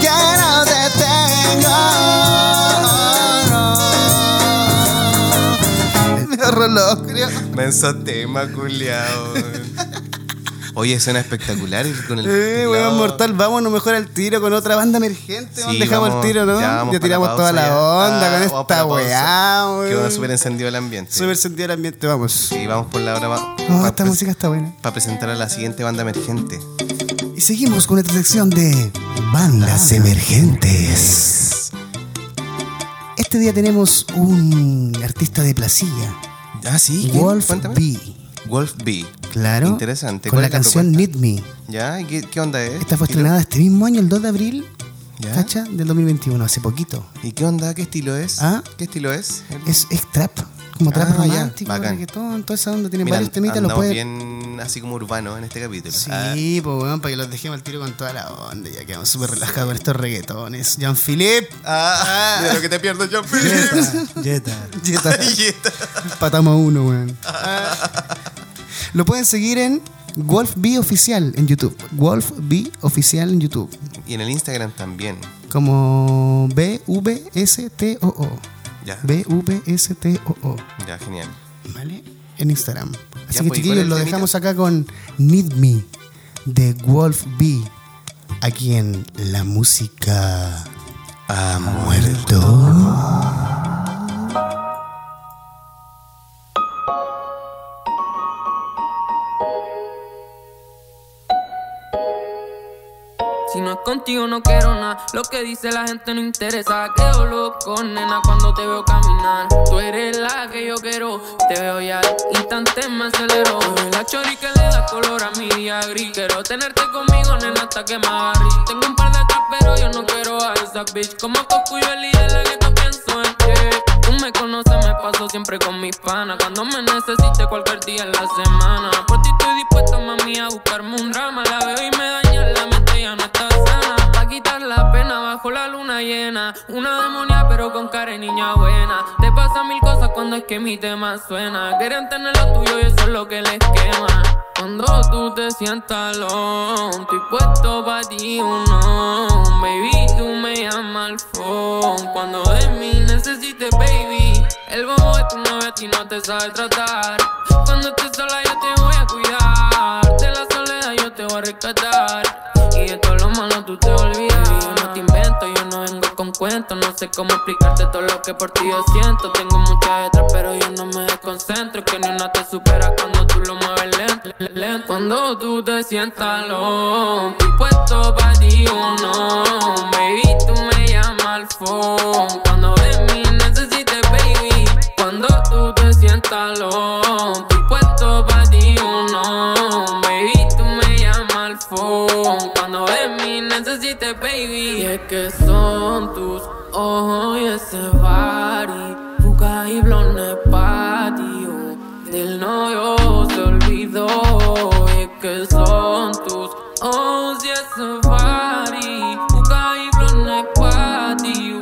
Speaker 3: que no te tengo. Me reloj, creo.
Speaker 2: Menso tema, culiao. güey. Oye, suena espectacular ir con el.
Speaker 3: Eh,
Speaker 2: teclado.
Speaker 3: weón mortal, vámonos mejor al tiro con otra banda emergente. weón.
Speaker 2: Sí,
Speaker 3: Dejamos
Speaker 2: vamos,
Speaker 3: el tiro, ¿no?
Speaker 2: ya
Speaker 3: Ya,
Speaker 2: vamos para
Speaker 3: tiramos
Speaker 2: pausa,
Speaker 3: toda
Speaker 2: ya.
Speaker 3: la
Speaker 2: Ah,
Speaker 3: onda con
Speaker 2: vamos para
Speaker 3: esta
Speaker 2: la pausa.
Speaker 3: weá,
Speaker 2: Que bueno,
Speaker 3: weón.
Speaker 2: súper encendido el ambiente.
Speaker 3: Súper sentido el ambiente, vamos.
Speaker 2: Y vamos por la hora
Speaker 3: Oh,
Speaker 2: para
Speaker 3: esta música está buena.
Speaker 2: presentar a la siguiente banda emergente.
Speaker 3: Y seguimos con esta sección de bandas emergentes. Este día tenemos un artista de Placilla,
Speaker 2: Ah, sí, ¿quién?
Speaker 3: Wolf
Speaker 2: Cuéntame.
Speaker 3: B.
Speaker 2: Wolf B.
Speaker 3: Claro.
Speaker 2: Interesante.
Speaker 3: Con
Speaker 2: ¿Cuál
Speaker 3: la
Speaker 2: es la
Speaker 3: canción Need
Speaker 2: propuesta?
Speaker 3: Me.
Speaker 2: ¿Ya? ¿Y qué, qué onda eh? es?
Speaker 3: Esta fue
Speaker 2: ¿Estilo?
Speaker 3: estrenada este mismo año, el 2 de abril,
Speaker 2: ¿Ya?
Speaker 3: ¿cacha? Del 2021, hace poquito.
Speaker 2: ¿Y qué onda? ¿Qué estilo es?
Speaker 3: ¿Ah?
Speaker 2: ¿Qué estilo es?
Speaker 3: Es, es trap, como trap
Speaker 2: Ah, ya,
Speaker 3: romántico,
Speaker 2: bacán.
Speaker 3: reggaetón, toda esa onda. Tiene
Speaker 2: Mira,
Speaker 3: varios temitas, los
Speaker 2: andamos
Speaker 3: puedes...
Speaker 2: bien así como urbano en este capítulo. Ah,
Speaker 3: Sí, pues bueno, para que los dejemos al tiro con toda la onda. Ya quedamos súper relajados con estos reggaetones. Jean-Philippe.
Speaker 2: ah, de lo que te pierdo, yo.
Speaker 8: Jetta, Jetta.
Speaker 3: Yeta. Patamos a uno, weón. Lo pueden seguir en Wolf B Oficial en YouTube. Wolf B Oficial en YouTube.
Speaker 2: Y en el Instagram también.
Speaker 3: Como B-V-S-T-O-O.
Speaker 2: Ya.
Speaker 3: B-V-S-T-O-O.
Speaker 2: Ya, genial.
Speaker 3: ¿Vale? En Instagram. Así
Speaker 2: Ya, pues, ¿y
Speaker 3: que,
Speaker 2: cuál es
Speaker 3: chiquillos,
Speaker 2: el
Speaker 3: lo
Speaker 2: temita?
Speaker 3: dejamos acá con Need Me de Wolf B. Aquí en La Música ha
Speaker 2: Ah,
Speaker 3: muerto.
Speaker 10: Si no es contigo no quiero nada, lo que dice la gente no interesa. Quedo loco, nena, cuando te veo caminar. Tú eres la que yo quiero, te veo ya al instante me acelero. Tú eres La chori que le da color a mi día gris. Quiero tenerte conmigo, nena, hasta que me agarre. Tengo un par de atrás, pero yo no quiero a esa bitch. Como Coco y Eli, de la que te pienso en que Tú me conoces, me paso siempre con mis panas. Cuando me necesites cualquier día en la semana. Por ti estoy dispuesta, mami, a buscarme un drama. La veo y me daña la mente, ya no está sana. Pa' quitar la pena bajo la luna llena. Una demonia, pero con cara de niña buena. Te pasan mil cosas cuando es que mi tema suena. Quieren tener lo tuyo y eso es lo que les quema. Cuando tú te sientas alone, estoy puesto para ti un no. Baby, tú me llamas al phone. Cuando de mí necesites, baby. El bobo es tu novio, a ti no te sabe tratar. Cuando estés sola, yo te voy a cuidar. De la soledad, yo te voy a rescatar. Y de todo lo malo, tú te olvidas. Yo no te invento, yo no vengo con cuentos. No sé cómo explicarte todo lo que por ti yo siento. Tengo muchas letras, pero yo no me desconcentro. Que ni una te supera cuando tú lo mueves lento. lento. Cuando tú te sientas loco, estoy puesto para ti o no. Baby, tú me llamas al phone. Cuando de mí necesites, baby. Cuando tú te sientas loco, estoy puesto para ti o no. Baby, tú me llamas al phone. Cuando de mí necesites, baby. Y es que son tus ojos y ese body. Fuga y blonde patio. Del novio se olvidó. Y es que son tus ojos y ese body. Fuga y blonde patio.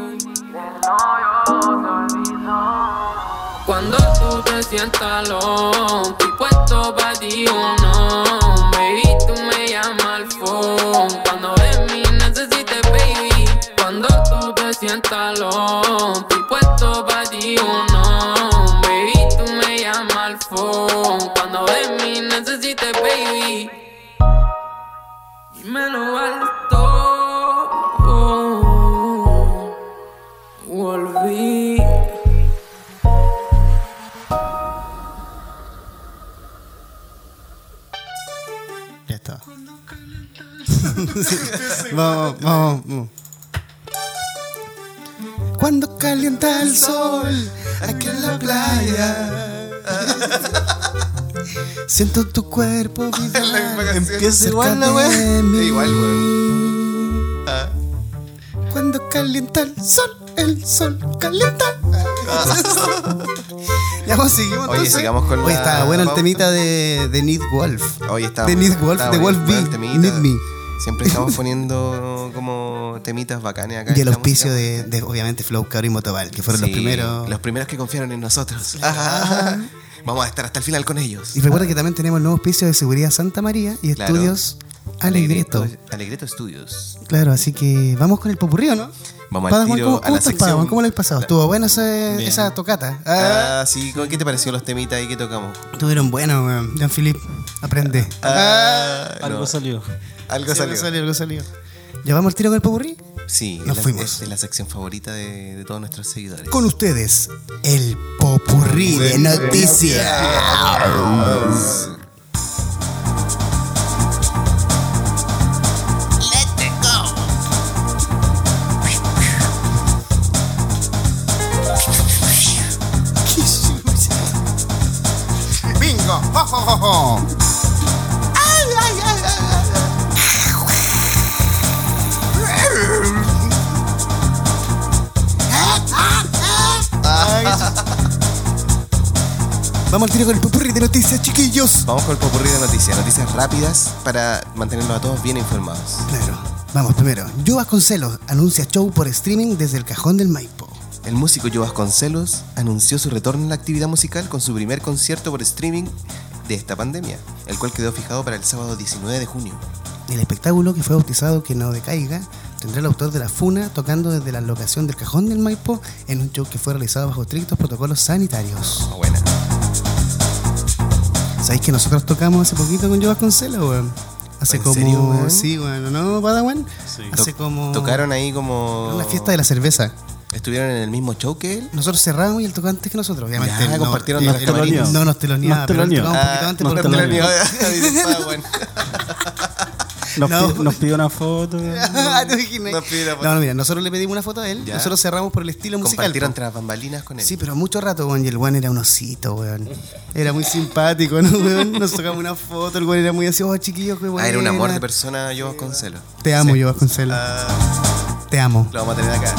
Speaker 10: Cuando tú te sientas loco, estoy puesto para ti o no. Baby, tú me llamas al phone. Cuando de mí necesites, baby. Cuando tú te sientas loco, estoy puesto para ti o no. Baby, tú me llamas al phone. Cuando de mí necesites, baby. Dímelo Oh, alto. oh, Volví.
Speaker 3: Ya está. vamos, vamos, vamos. Cuando calienta el sol aquí en la playa. Siento tu cuerpo vibrar. Empieza igual la
Speaker 2: Igual, weón.
Speaker 3: Ah. Cuando calienta el sol, el sol calienta. ya pues, seguimos
Speaker 2: Ah. Oye,
Speaker 3: entonces.
Speaker 2: sigamos con
Speaker 3: Oye,
Speaker 2: la-
Speaker 3: estaba bueno el
Speaker 2: la
Speaker 3: temita de, de Need Wolf.
Speaker 2: Hoy está.
Speaker 3: De Need Wolf,
Speaker 2: está
Speaker 3: de
Speaker 2: bueno,
Speaker 3: Wolf
Speaker 2: bueno,
Speaker 3: B,
Speaker 2: el temita.
Speaker 3: Need Me.
Speaker 2: Siempre estamos poniendo como temitas bacanes acá.
Speaker 3: Y
Speaker 2: en
Speaker 3: el
Speaker 2: la
Speaker 3: auspicio
Speaker 2: música.
Speaker 3: de, de, obviamente, Flow, Cabro y Motoval, que fueron los
Speaker 2: Sí,
Speaker 3: primeros.
Speaker 2: Los primeros que confiaron en nosotros. Vamos a estar hasta el final con ellos.
Speaker 3: Y recuerda que también tenemos el nuevo auspicio de Seguridad Santa María y
Speaker 2: Claro.
Speaker 3: Estudios Alegreto.
Speaker 2: Alegreto Studios.
Speaker 3: Claro, así que vamos con el popurrío, ¿no?
Speaker 2: Vamos al
Speaker 3: Padawan,
Speaker 2: tiro
Speaker 3: ¿cómo,
Speaker 2: a
Speaker 3: cómo
Speaker 2: la
Speaker 3: estás,
Speaker 2: sección.
Speaker 3: Padawan? ¿Cómo lo has pasado? Estuvo bueno ese-
Speaker 8: Bien.
Speaker 3: esa tocata. Ah,
Speaker 2: Ah, sí. ¿Qué te pareció los temitas ahí que tocamos?
Speaker 3: Estuvieron buenos, weón. Jean-Philippe, aprende.
Speaker 2: Ah,
Speaker 8: Algo
Speaker 2: no,
Speaker 8: salió.
Speaker 2: algo
Speaker 3: Sí,
Speaker 2: salió.
Speaker 3: algo salió, algo salió. ¿Ya vamos al tiro con el popurrí?
Speaker 2: Sí,
Speaker 3: Nos
Speaker 2: es la-
Speaker 3: fuimos.
Speaker 2: Es, es la sección favorita de, de todos nuestros seguidores.
Speaker 3: Con ustedes, el popurrí de noticias. Bingo. Ho, ho, ho, ho. Ay, ay, ay, ay, ay. Vamos al tiro con el popurrí de noticias, chiquillos.
Speaker 2: Vamos con el popurrí de noticias. Noticias rápidas para mantenernos a todos bien informados.
Speaker 3: Claro. Vamos primero. Yo Vasconcelos anuncia show por streaming desde el cajón del Maipo.
Speaker 2: El músico Joe Vasconcelos anunció su retorno a la actividad musical con su primer concierto por streaming de esta pandemia, el cual quedó fijado para el sábado 19 de junio.
Speaker 3: El espectáculo que fue bautizado Que no decaiga tendrá el autor de la funa tocando desde la locación del cajón del Maipo en un show que fue realizado bajo estrictos protocolos sanitarios.
Speaker 2: Ah, buena.
Speaker 3: ¿Sabéis que nosotros tocamos hace poquito con Joe Vasconcelos, weón? Hace
Speaker 2: ¿En
Speaker 3: como.
Speaker 2: serio, weón?
Speaker 3: Sí, weón, ¿no, Padawan? Hace
Speaker 2: Toc-
Speaker 3: como.
Speaker 2: Mm. Tocaron ahí como.
Speaker 3: en Una fiesta de la cerveza.
Speaker 2: Estuvieron en el mismo show que él.
Speaker 3: Nosotros cerramos y él tocó antes que nosotros, obviamente.
Speaker 2: Ya,
Speaker 3: no,
Speaker 2: compartieron
Speaker 3: él-
Speaker 2: los
Speaker 3: él-
Speaker 8: teloneos.
Speaker 3: No nos teloneaba,
Speaker 8: Nos
Speaker 3: pero él
Speaker 8: teloneó.
Speaker 3: tocaba un poquito antes
Speaker 2: Ah,
Speaker 8: nos
Speaker 3: por-
Speaker 8: teloneó. Nos,
Speaker 3: No.
Speaker 8: pi- nos pidió una foto.
Speaker 3: Ah, ¿te imaginas?
Speaker 2: Nos pidió la foto.
Speaker 3: No, no, mira, nosotros le pedimos una foto a él,
Speaker 2: Ya.
Speaker 3: nosotros cerramos por el estilo musical.
Speaker 2: Compartieron
Speaker 3: po.
Speaker 2: tras bambalinas con él.
Speaker 3: Sí, pero mucho rato, weón. Y el weón era un osito, weón. Era muy simpático, ¿no, weón? Nos sacamos una foto, el weón era muy así, oh, chiquillos, qué weón.
Speaker 2: Ah, era un amor de persona Joe Vasconcelos.
Speaker 3: Te amo, yo, Vasconcelos.
Speaker 2: Ah.
Speaker 3: Te amo.
Speaker 2: Lo vamos a tener acá.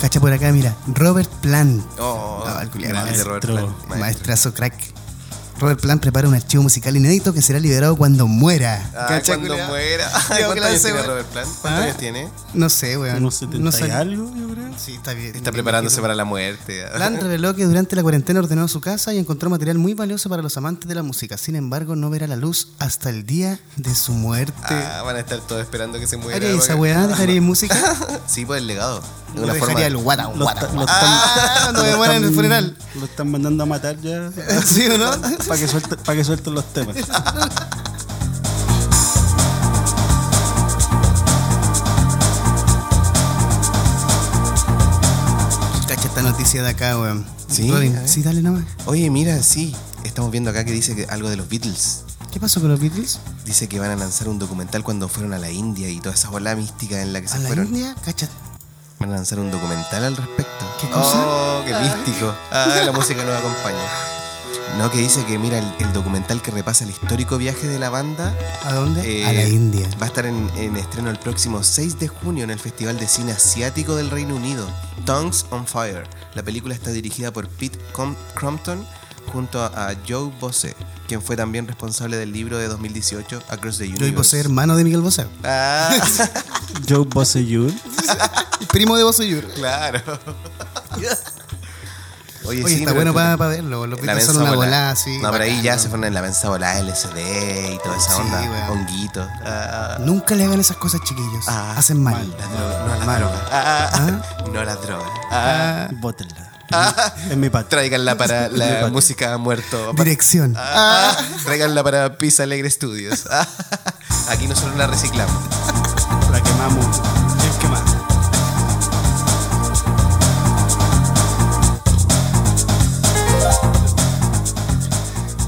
Speaker 3: Cacha por acá, mira. Robert Plant.
Speaker 2: Oh,
Speaker 3: Ah, el culiao,
Speaker 2: grande
Speaker 3: maestro.
Speaker 2: Robert Plant, maestro.
Speaker 3: Maestrazo crack. Robert Plant prepara un archivo musical inédito que será liberado cuando muera.
Speaker 2: Ah,
Speaker 3: ¿Cachai,
Speaker 2: cuando
Speaker 3: culiao?
Speaker 2: muera.
Speaker 3: Digo,
Speaker 2: ¿Cuántos
Speaker 3: claro,
Speaker 2: años
Speaker 3: ese
Speaker 2: tiene
Speaker 3: weón.
Speaker 2: Robert Plant? ¿Cuántos
Speaker 3: ¿Ah?
Speaker 2: años tiene?
Speaker 3: No sé, weón.
Speaker 8: Unos 70 y
Speaker 3: sal-
Speaker 8: algo, yo creo.
Speaker 3: Sí, está bien.
Speaker 2: Está
Speaker 3: bien
Speaker 2: preparándose
Speaker 3: loquito.
Speaker 2: para la muerte.
Speaker 3: Plant reveló que durante la cuarentena ordenó su casa y encontró material muy valioso para los amantes de la música. Sin embargo, no verá la luz hasta el día de su muerte.
Speaker 2: Ah, van a estar todos esperando que se muera.
Speaker 3: ¿Haría esa
Speaker 2: porque-
Speaker 3: weá? ¿Dejaría música?
Speaker 2: Sí, pues el legado. De
Speaker 3: ¿O
Speaker 2: una forma.
Speaker 3: dejaría el guata,
Speaker 8: Lo
Speaker 3: guata,
Speaker 8: ta- lo
Speaker 3: guata?
Speaker 8: están-
Speaker 3: Ah, cuando me
Speaker 8: lo
Speaker 3: muera en el
Speaker 2: Mm.
Speaker 8: están-
Speaker 3: funeral.
Speaker 8: Lo están mandando a matar ya.
Speaker 3: ¿Sí o no?
Speaker 8: Para que, suelte- pa' que suelten los temas.
Speaker 3: Cacha esta noticia de acá, weón.
Speaker 2: Sí, eh.
Speaker 3: Robin,
Speaker 2: a ver.
Speaker 3: sí, dale nomás.
Speaker 2: Oye, mira, sí. Estamos viendo acá que dice que algo de los Beatles.
Speaker 3: ¿Qué pasó con los Beatles?
Speaker 2: Dice que van a lanzar un documental cuando fueron a la India y toda esa bola mística en la que
Speaker 3: ¿A
Speaker 2: se
Speaker 3: la
Speaker 2: fueron.
Speaker 3: India? Cacha.
Speaker 2: Van a lanzar un documental al respecto.
Speaker 3: ¿Qué cosa?
Speaker 2: Oh, qué místico. Ah, la música nos acompaña. No, que dice que mira el, el documental que repasa el histórico viaje de la banda.
Speaker 3: ¿A dónde?
Speaker 2: eh,
Speaker 3: a la India.
Speaker 2: Va a estar en, en estreno el próximo 6 de junio en el Festival de Cine Asiático del Reino Unido, Tongues on Fire. La película está dirigida por Pete Com- Crompton junto a, a Joe Bosse, quien fue también responsable del libro de 2018 Across the
Speaker 3: Yo
Speaker 2: Universe.
Speaker 3: y Bosé, hermano de Miguel Bosé.
Speaker 2: Ah,
Speaker 8: Joe Bosseyud.
Speaker 3: Primo de Bosé
Speaker 2: Eh,
Speaker 3: Yur.
Speaker 2: claro.
Speaker 3: Oye,
Speaker 2: sí,
Speaker 3: está
Speaker 2: pero
Speaker 3: bueno
Speaker 2: entre-
Speaker 3: para verlo. Los
Speaker 2: La
Speaker 3: Beatles
Speaker 2: mensa
Speaker 3: son una
Speaker 2: volada.
Speaker 3: volada así.
Speaker 2: No, pero ahí
Speaker 3: bacán,
Speaker 2: ya
Speaker 3: ¿no?
Speaker 2: se ponen en la mensa volada LSD y toda esa
Speaker 3: Sí,
Speaker 2: onda.
Speaker 3: weón.
Speaker 2: Honguito. Ah,
Speaker 3: Nunca le hagan esas cosas, chiquillos.
Speaker 2: Ah,
Speaker 3: Hacen mal.
Speaker 2: la dro- no a las drogas. Ah, No a las drogas. Ah,
Speaker 8: Bótenla.
Speaker 3: Ah.
Speaker 8: Es mi patria.
Speaker 2: tráiganla para la
Speaker 8: Patria.
Speaker 2: música ha muerto.
Speaker 3: Dirección.
Speaker 2: Ah, tráiganla para Pisa Alegre Studios. Ah, Aquí nosotros la reciclamos. ah,
Speaker 8: La quemamos. Es quemada.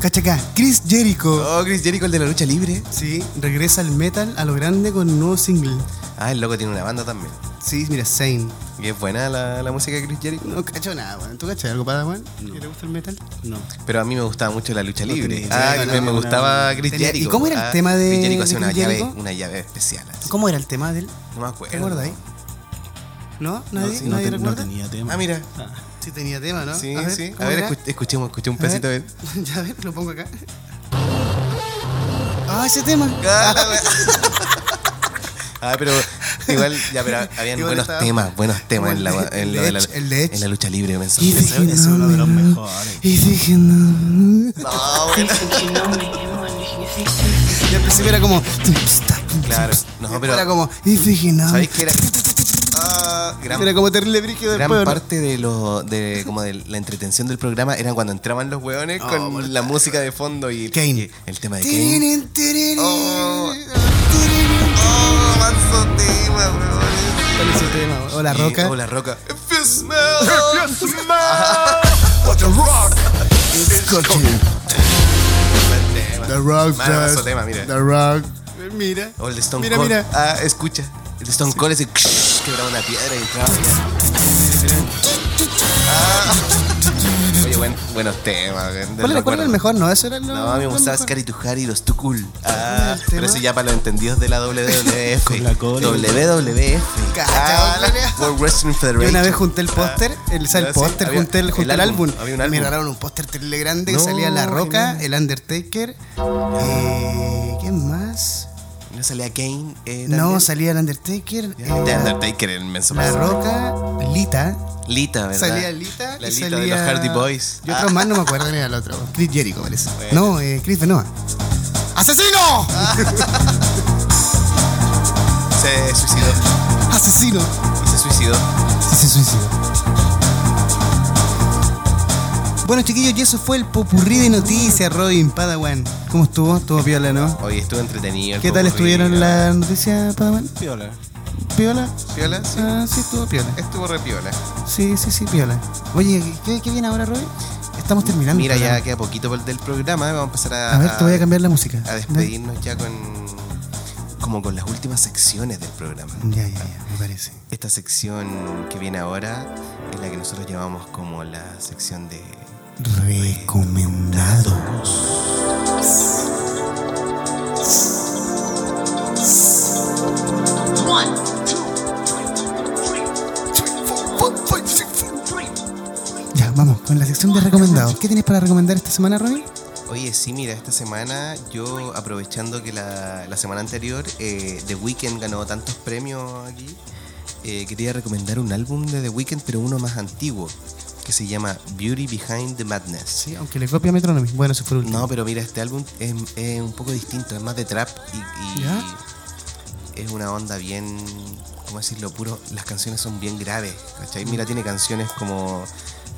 Speaker 3: Cacha acá. Chris Jericho.
Speaker 2: Oh, Chris Jericho, el de la lucha libre.
Speaker 3: Sí, regresa al metal a lo grande con un nuevo single.
Speaker 2: Ah, el loco tiene una banda también.
Speaker 3: Sí, mira, Sane.
Speaker 2: Y es buena la, la música de Chris Jericho.
Speaker 3: No cacho nada, weón. ¿Tú cachas algo para, weón? ¿Que te gusta el metal?
Speaker 8: No.
Speaker 2: Pero a mí me gustaba mucho la lucha libre.
Speaker 8: tenía
Speaker 2: ah, me,
Speaker 8: idea, no,
Speaker 2: me
Speaker 8: no,
Speaker 2: gustaba
Speaker 3: no.
Speaker 2: Chris
Speaker 3: Tenía- ¿y
Speaker 2: Jericho.
Speaker 3: cómo era el
Speaker 2: Ah,
Speaker 3: tema de-
Speaker 2: Chris Jericho hacía
Speaker 3: de
Speaker 2: una
Speaker 3: Chris
Speaker 2: llave,
Speaker 3: Jericho?
Speaker 2: una llave especial. así.
Speaker 3: ¿Cómo era el tema del?
Speaker 2: No me acuerdo.
Speaker 3: ¿Te acuerdas ahí? ¿No?
Speaker 8: No,
Speaker 3: ¿Nadie,
Speaker 8: sí, no
Speaker 3: ¿nadie
Speaker 8: te- no
Speaker 3: recuerda?
Speaker 8: tenía tema.
Speaker 2: Ah, mira.
Speaker 3: Sí tenía tema, ¿no?
Speaker 2: Sí, sí. A
Speaker 3: ¿cómo
Speaker 2: ver,
Speaker 3: era?
Speaker 2: escu- escuchemos, escuché un
Speaker 3: A ver.
Speaker 2: pedacito de él.
Speaker 3: Ya, a ver, lo pongo acá. Ah, ese tema.
Speaker 2: Ah, pero igual, ya, pero habían
Speaker 3: Igual
Speaker 2: buenos
Speaker 3: estaba-
Speaker 2: temas, buenos temas en la,
Speaker 3: Como el de-
Speaker 2: en
Speaker 3: el
Speaker 2: lo
Speaker 3: de
Speaker 2: de la,
Speaker 3: Edge, el de Edge.
Speaker 2: en la lucha libre. me
Speaker 3: Y
Speaker 2: sorprendió.
Speaker 3: dije,
Speaker 8: Ese es uno de los
Speaker 3: no, no.
Speaker 8: mejores.
Speaker 3: Y dije, no. no.
Speaker 2: Ah,
Speaker 3: Y al principio era como.
Speaker 2: Claro. No,
Speaker 3: Después
Speaker 2: pero-
Speaker 3: Era como. Y dije, no.
Speaker 2: ¿Sabéis que era? Ah, gran,
Speaker 3: Era como terrible brígido
Speaker 2: gran
Speaker 3: después. ¿no?
Speaker 2: parte de lo de como de la entretención del programa era cuando entraban los hueones con la música de fondo y
Speaker 3: Kane.
Speaker 2: el tema de Kane.
Speaker 3: Tirin, tirin,
Speaker 2: Oh.
Speaker 3: tirin.
Speaker 2: Oh, manso tema, hueones.
Speaker 3: ¿Cuál es el tema? O la
Speaker 2: Y-
Speaker 3: roca.
Speaker 2: oh, la roca. If you smell, if you smell what the rock is
Speaker 3: Coche.
Speaker 2: Buen tema.
Speaker 3: The Rock.
Speaker 2: Más manso
Speaker 3: just-
Speaker 2: tema, mira.
Speaker 3: The Rock. Mira.
Speaker 2: O Oh, el de Stone
Speaker 3: Mira,
Speaker 2: Cold.
Speaker 3: mira.
Speaker 2: Ah, escucha. El de Stone Cold es el quebraba una piedra y entraba. Ah. Oye, buen- buenos temas. eh, güey.
Speaker 3: ¿Cuál
Speaker 2: Los
Speaker 3: era, cuál era el
Speaker 2: buenos.
Speaker 3: mejor? No, eso era el.
Speaker 2: No, a mí me gustaba Scary to Harry y los Too Cool. Ah,
Speaker 3: ¿El tema?
Speaker 2: pero eso ya para los entendidos de la WWF.
Speaker 8: Con la cola.
Speaker 2: WWF.
Speaker 3: Cacha,
Speaker 2: Ah, la
Speaker 3: Gloria.
Speaker 2: World Wrestling
Speaker 3: Yo
Speaker 2: Federation.
Speaker 3: una vez junté el póster, el, o sea, el
Speaker 2: Ah, sí,
Speaker 3: póster,
Speaker 2: había-
Speaker 3: junté el,
Speaker 2: el
Speaker 3: junté el
Speaker 2: álbum,
Speaker 3: álbum.
Speaker 2: había un
Speaker 3: Me
Speaker 2: álbum.
Speaker 3: regalaron un póster terrible grande
Speaker 2: No,
Speaker 3: que salía La Roca,
Speaker 2: genial.
Speaker 3: el Undertaker. Eh, ¿Quién más?
Speaker 2: ¿No salía Kane? eh,
Speaker 3: No,
Speaker 2: también?
Speaker 3: salía el Undertaker.
Speaker 2: Ya,
Speaker 3: eh,
Speaker 2: The Undertaker, el menso
Speaker 3: La
Speaker 2: más.
Speaker 3: Roca, Lita.
Speaker 2: Lita, ¿verdad?
Speaker 3: Salía Lita.
Speaker 2: La
Speaker 3: y
Speaker 2: Lita
Speaker 3: salía...
Speaker 2: de los Hardy Boys. Ah.
Speaker 3: Y otro más, no me acuerdo ni al otro. Chris Jericho parece. No, eh, Chris Benoit. ¡Asesino!
Speaker 2: Se suicidó.
Speaker 3: ¡Asesino!
Speaker 2: Y se suicidó.
Speaker 3: Sí, se suicidó. Bueno, chiquillos, y eso fue el popurrí de noticias, Robin Padawan. ¿Cómo estuvo? Estuvo piola, ¿no?
Speaker 2: Hoy estuvo entretenido. el
Speaker 3: ¿Qué tal
Speaker 2: popurrí,
Speaker 3: estuvieron
Speaker 2: ah.
Speaker 3: las noticias, Padawan?
Speaker 8: Piola.
Speaker 3: ¿Piola?
Speaker 2: ¿Piola? Sí.
Speaker 3: Ah, sí, estuvo piola.
Speaker 2: Estuvo re piola.
Speaker 3: Sí, sí, sí, piola. Oye, ¿qué, qué viene ahora, Robin? Estamos terminando.
Speaker 2: Mira,
Speaker 3: el
Speaker 2: ya
Speaker 3: programa.
Speaker 2: queda poquito por- del programa. eh, Vamos a empezar a.
Speaker 3: A ver, te voy a cambiar la música.
Speaker 2: a despedirnos ya con. Como con las últimas secciones del programa.
Speaker 3: Ya, ya, ya, me parece.
Speaker 2: Esta sección que viene ahora es la que nosotros llamamos como la sección de.
Speaker 3: Recomendados. Ya, vamos con la sección de recomendados. ¿Qué tienes para recomendar esta semana, Robin?
Speaker 2: Oye, sí, mira, esta semana yo aprovechando que la, la semana anterior eh, The Weeknd ganó tantos premios aquí, eh, quería recomendar un álbum de The Weeknd, pero uno más antiguo, que se llama Beauty Behind the Madness. Sí,
Speaker 3: aunque le copia Metronomy. Bueno, eso fue el último.
Speaker 2: No, pero mira, este álbum es, es un poco distinto, es más de trap y, y-
Speaker 3: ¿Ya?
Speaker 2: es una onda bien, ¿cómo decirlo? Puro, las canciones son bien graves, ¿cachai? Mira,
Speaker 3: Mm.
Speaker 2: tiene canciones como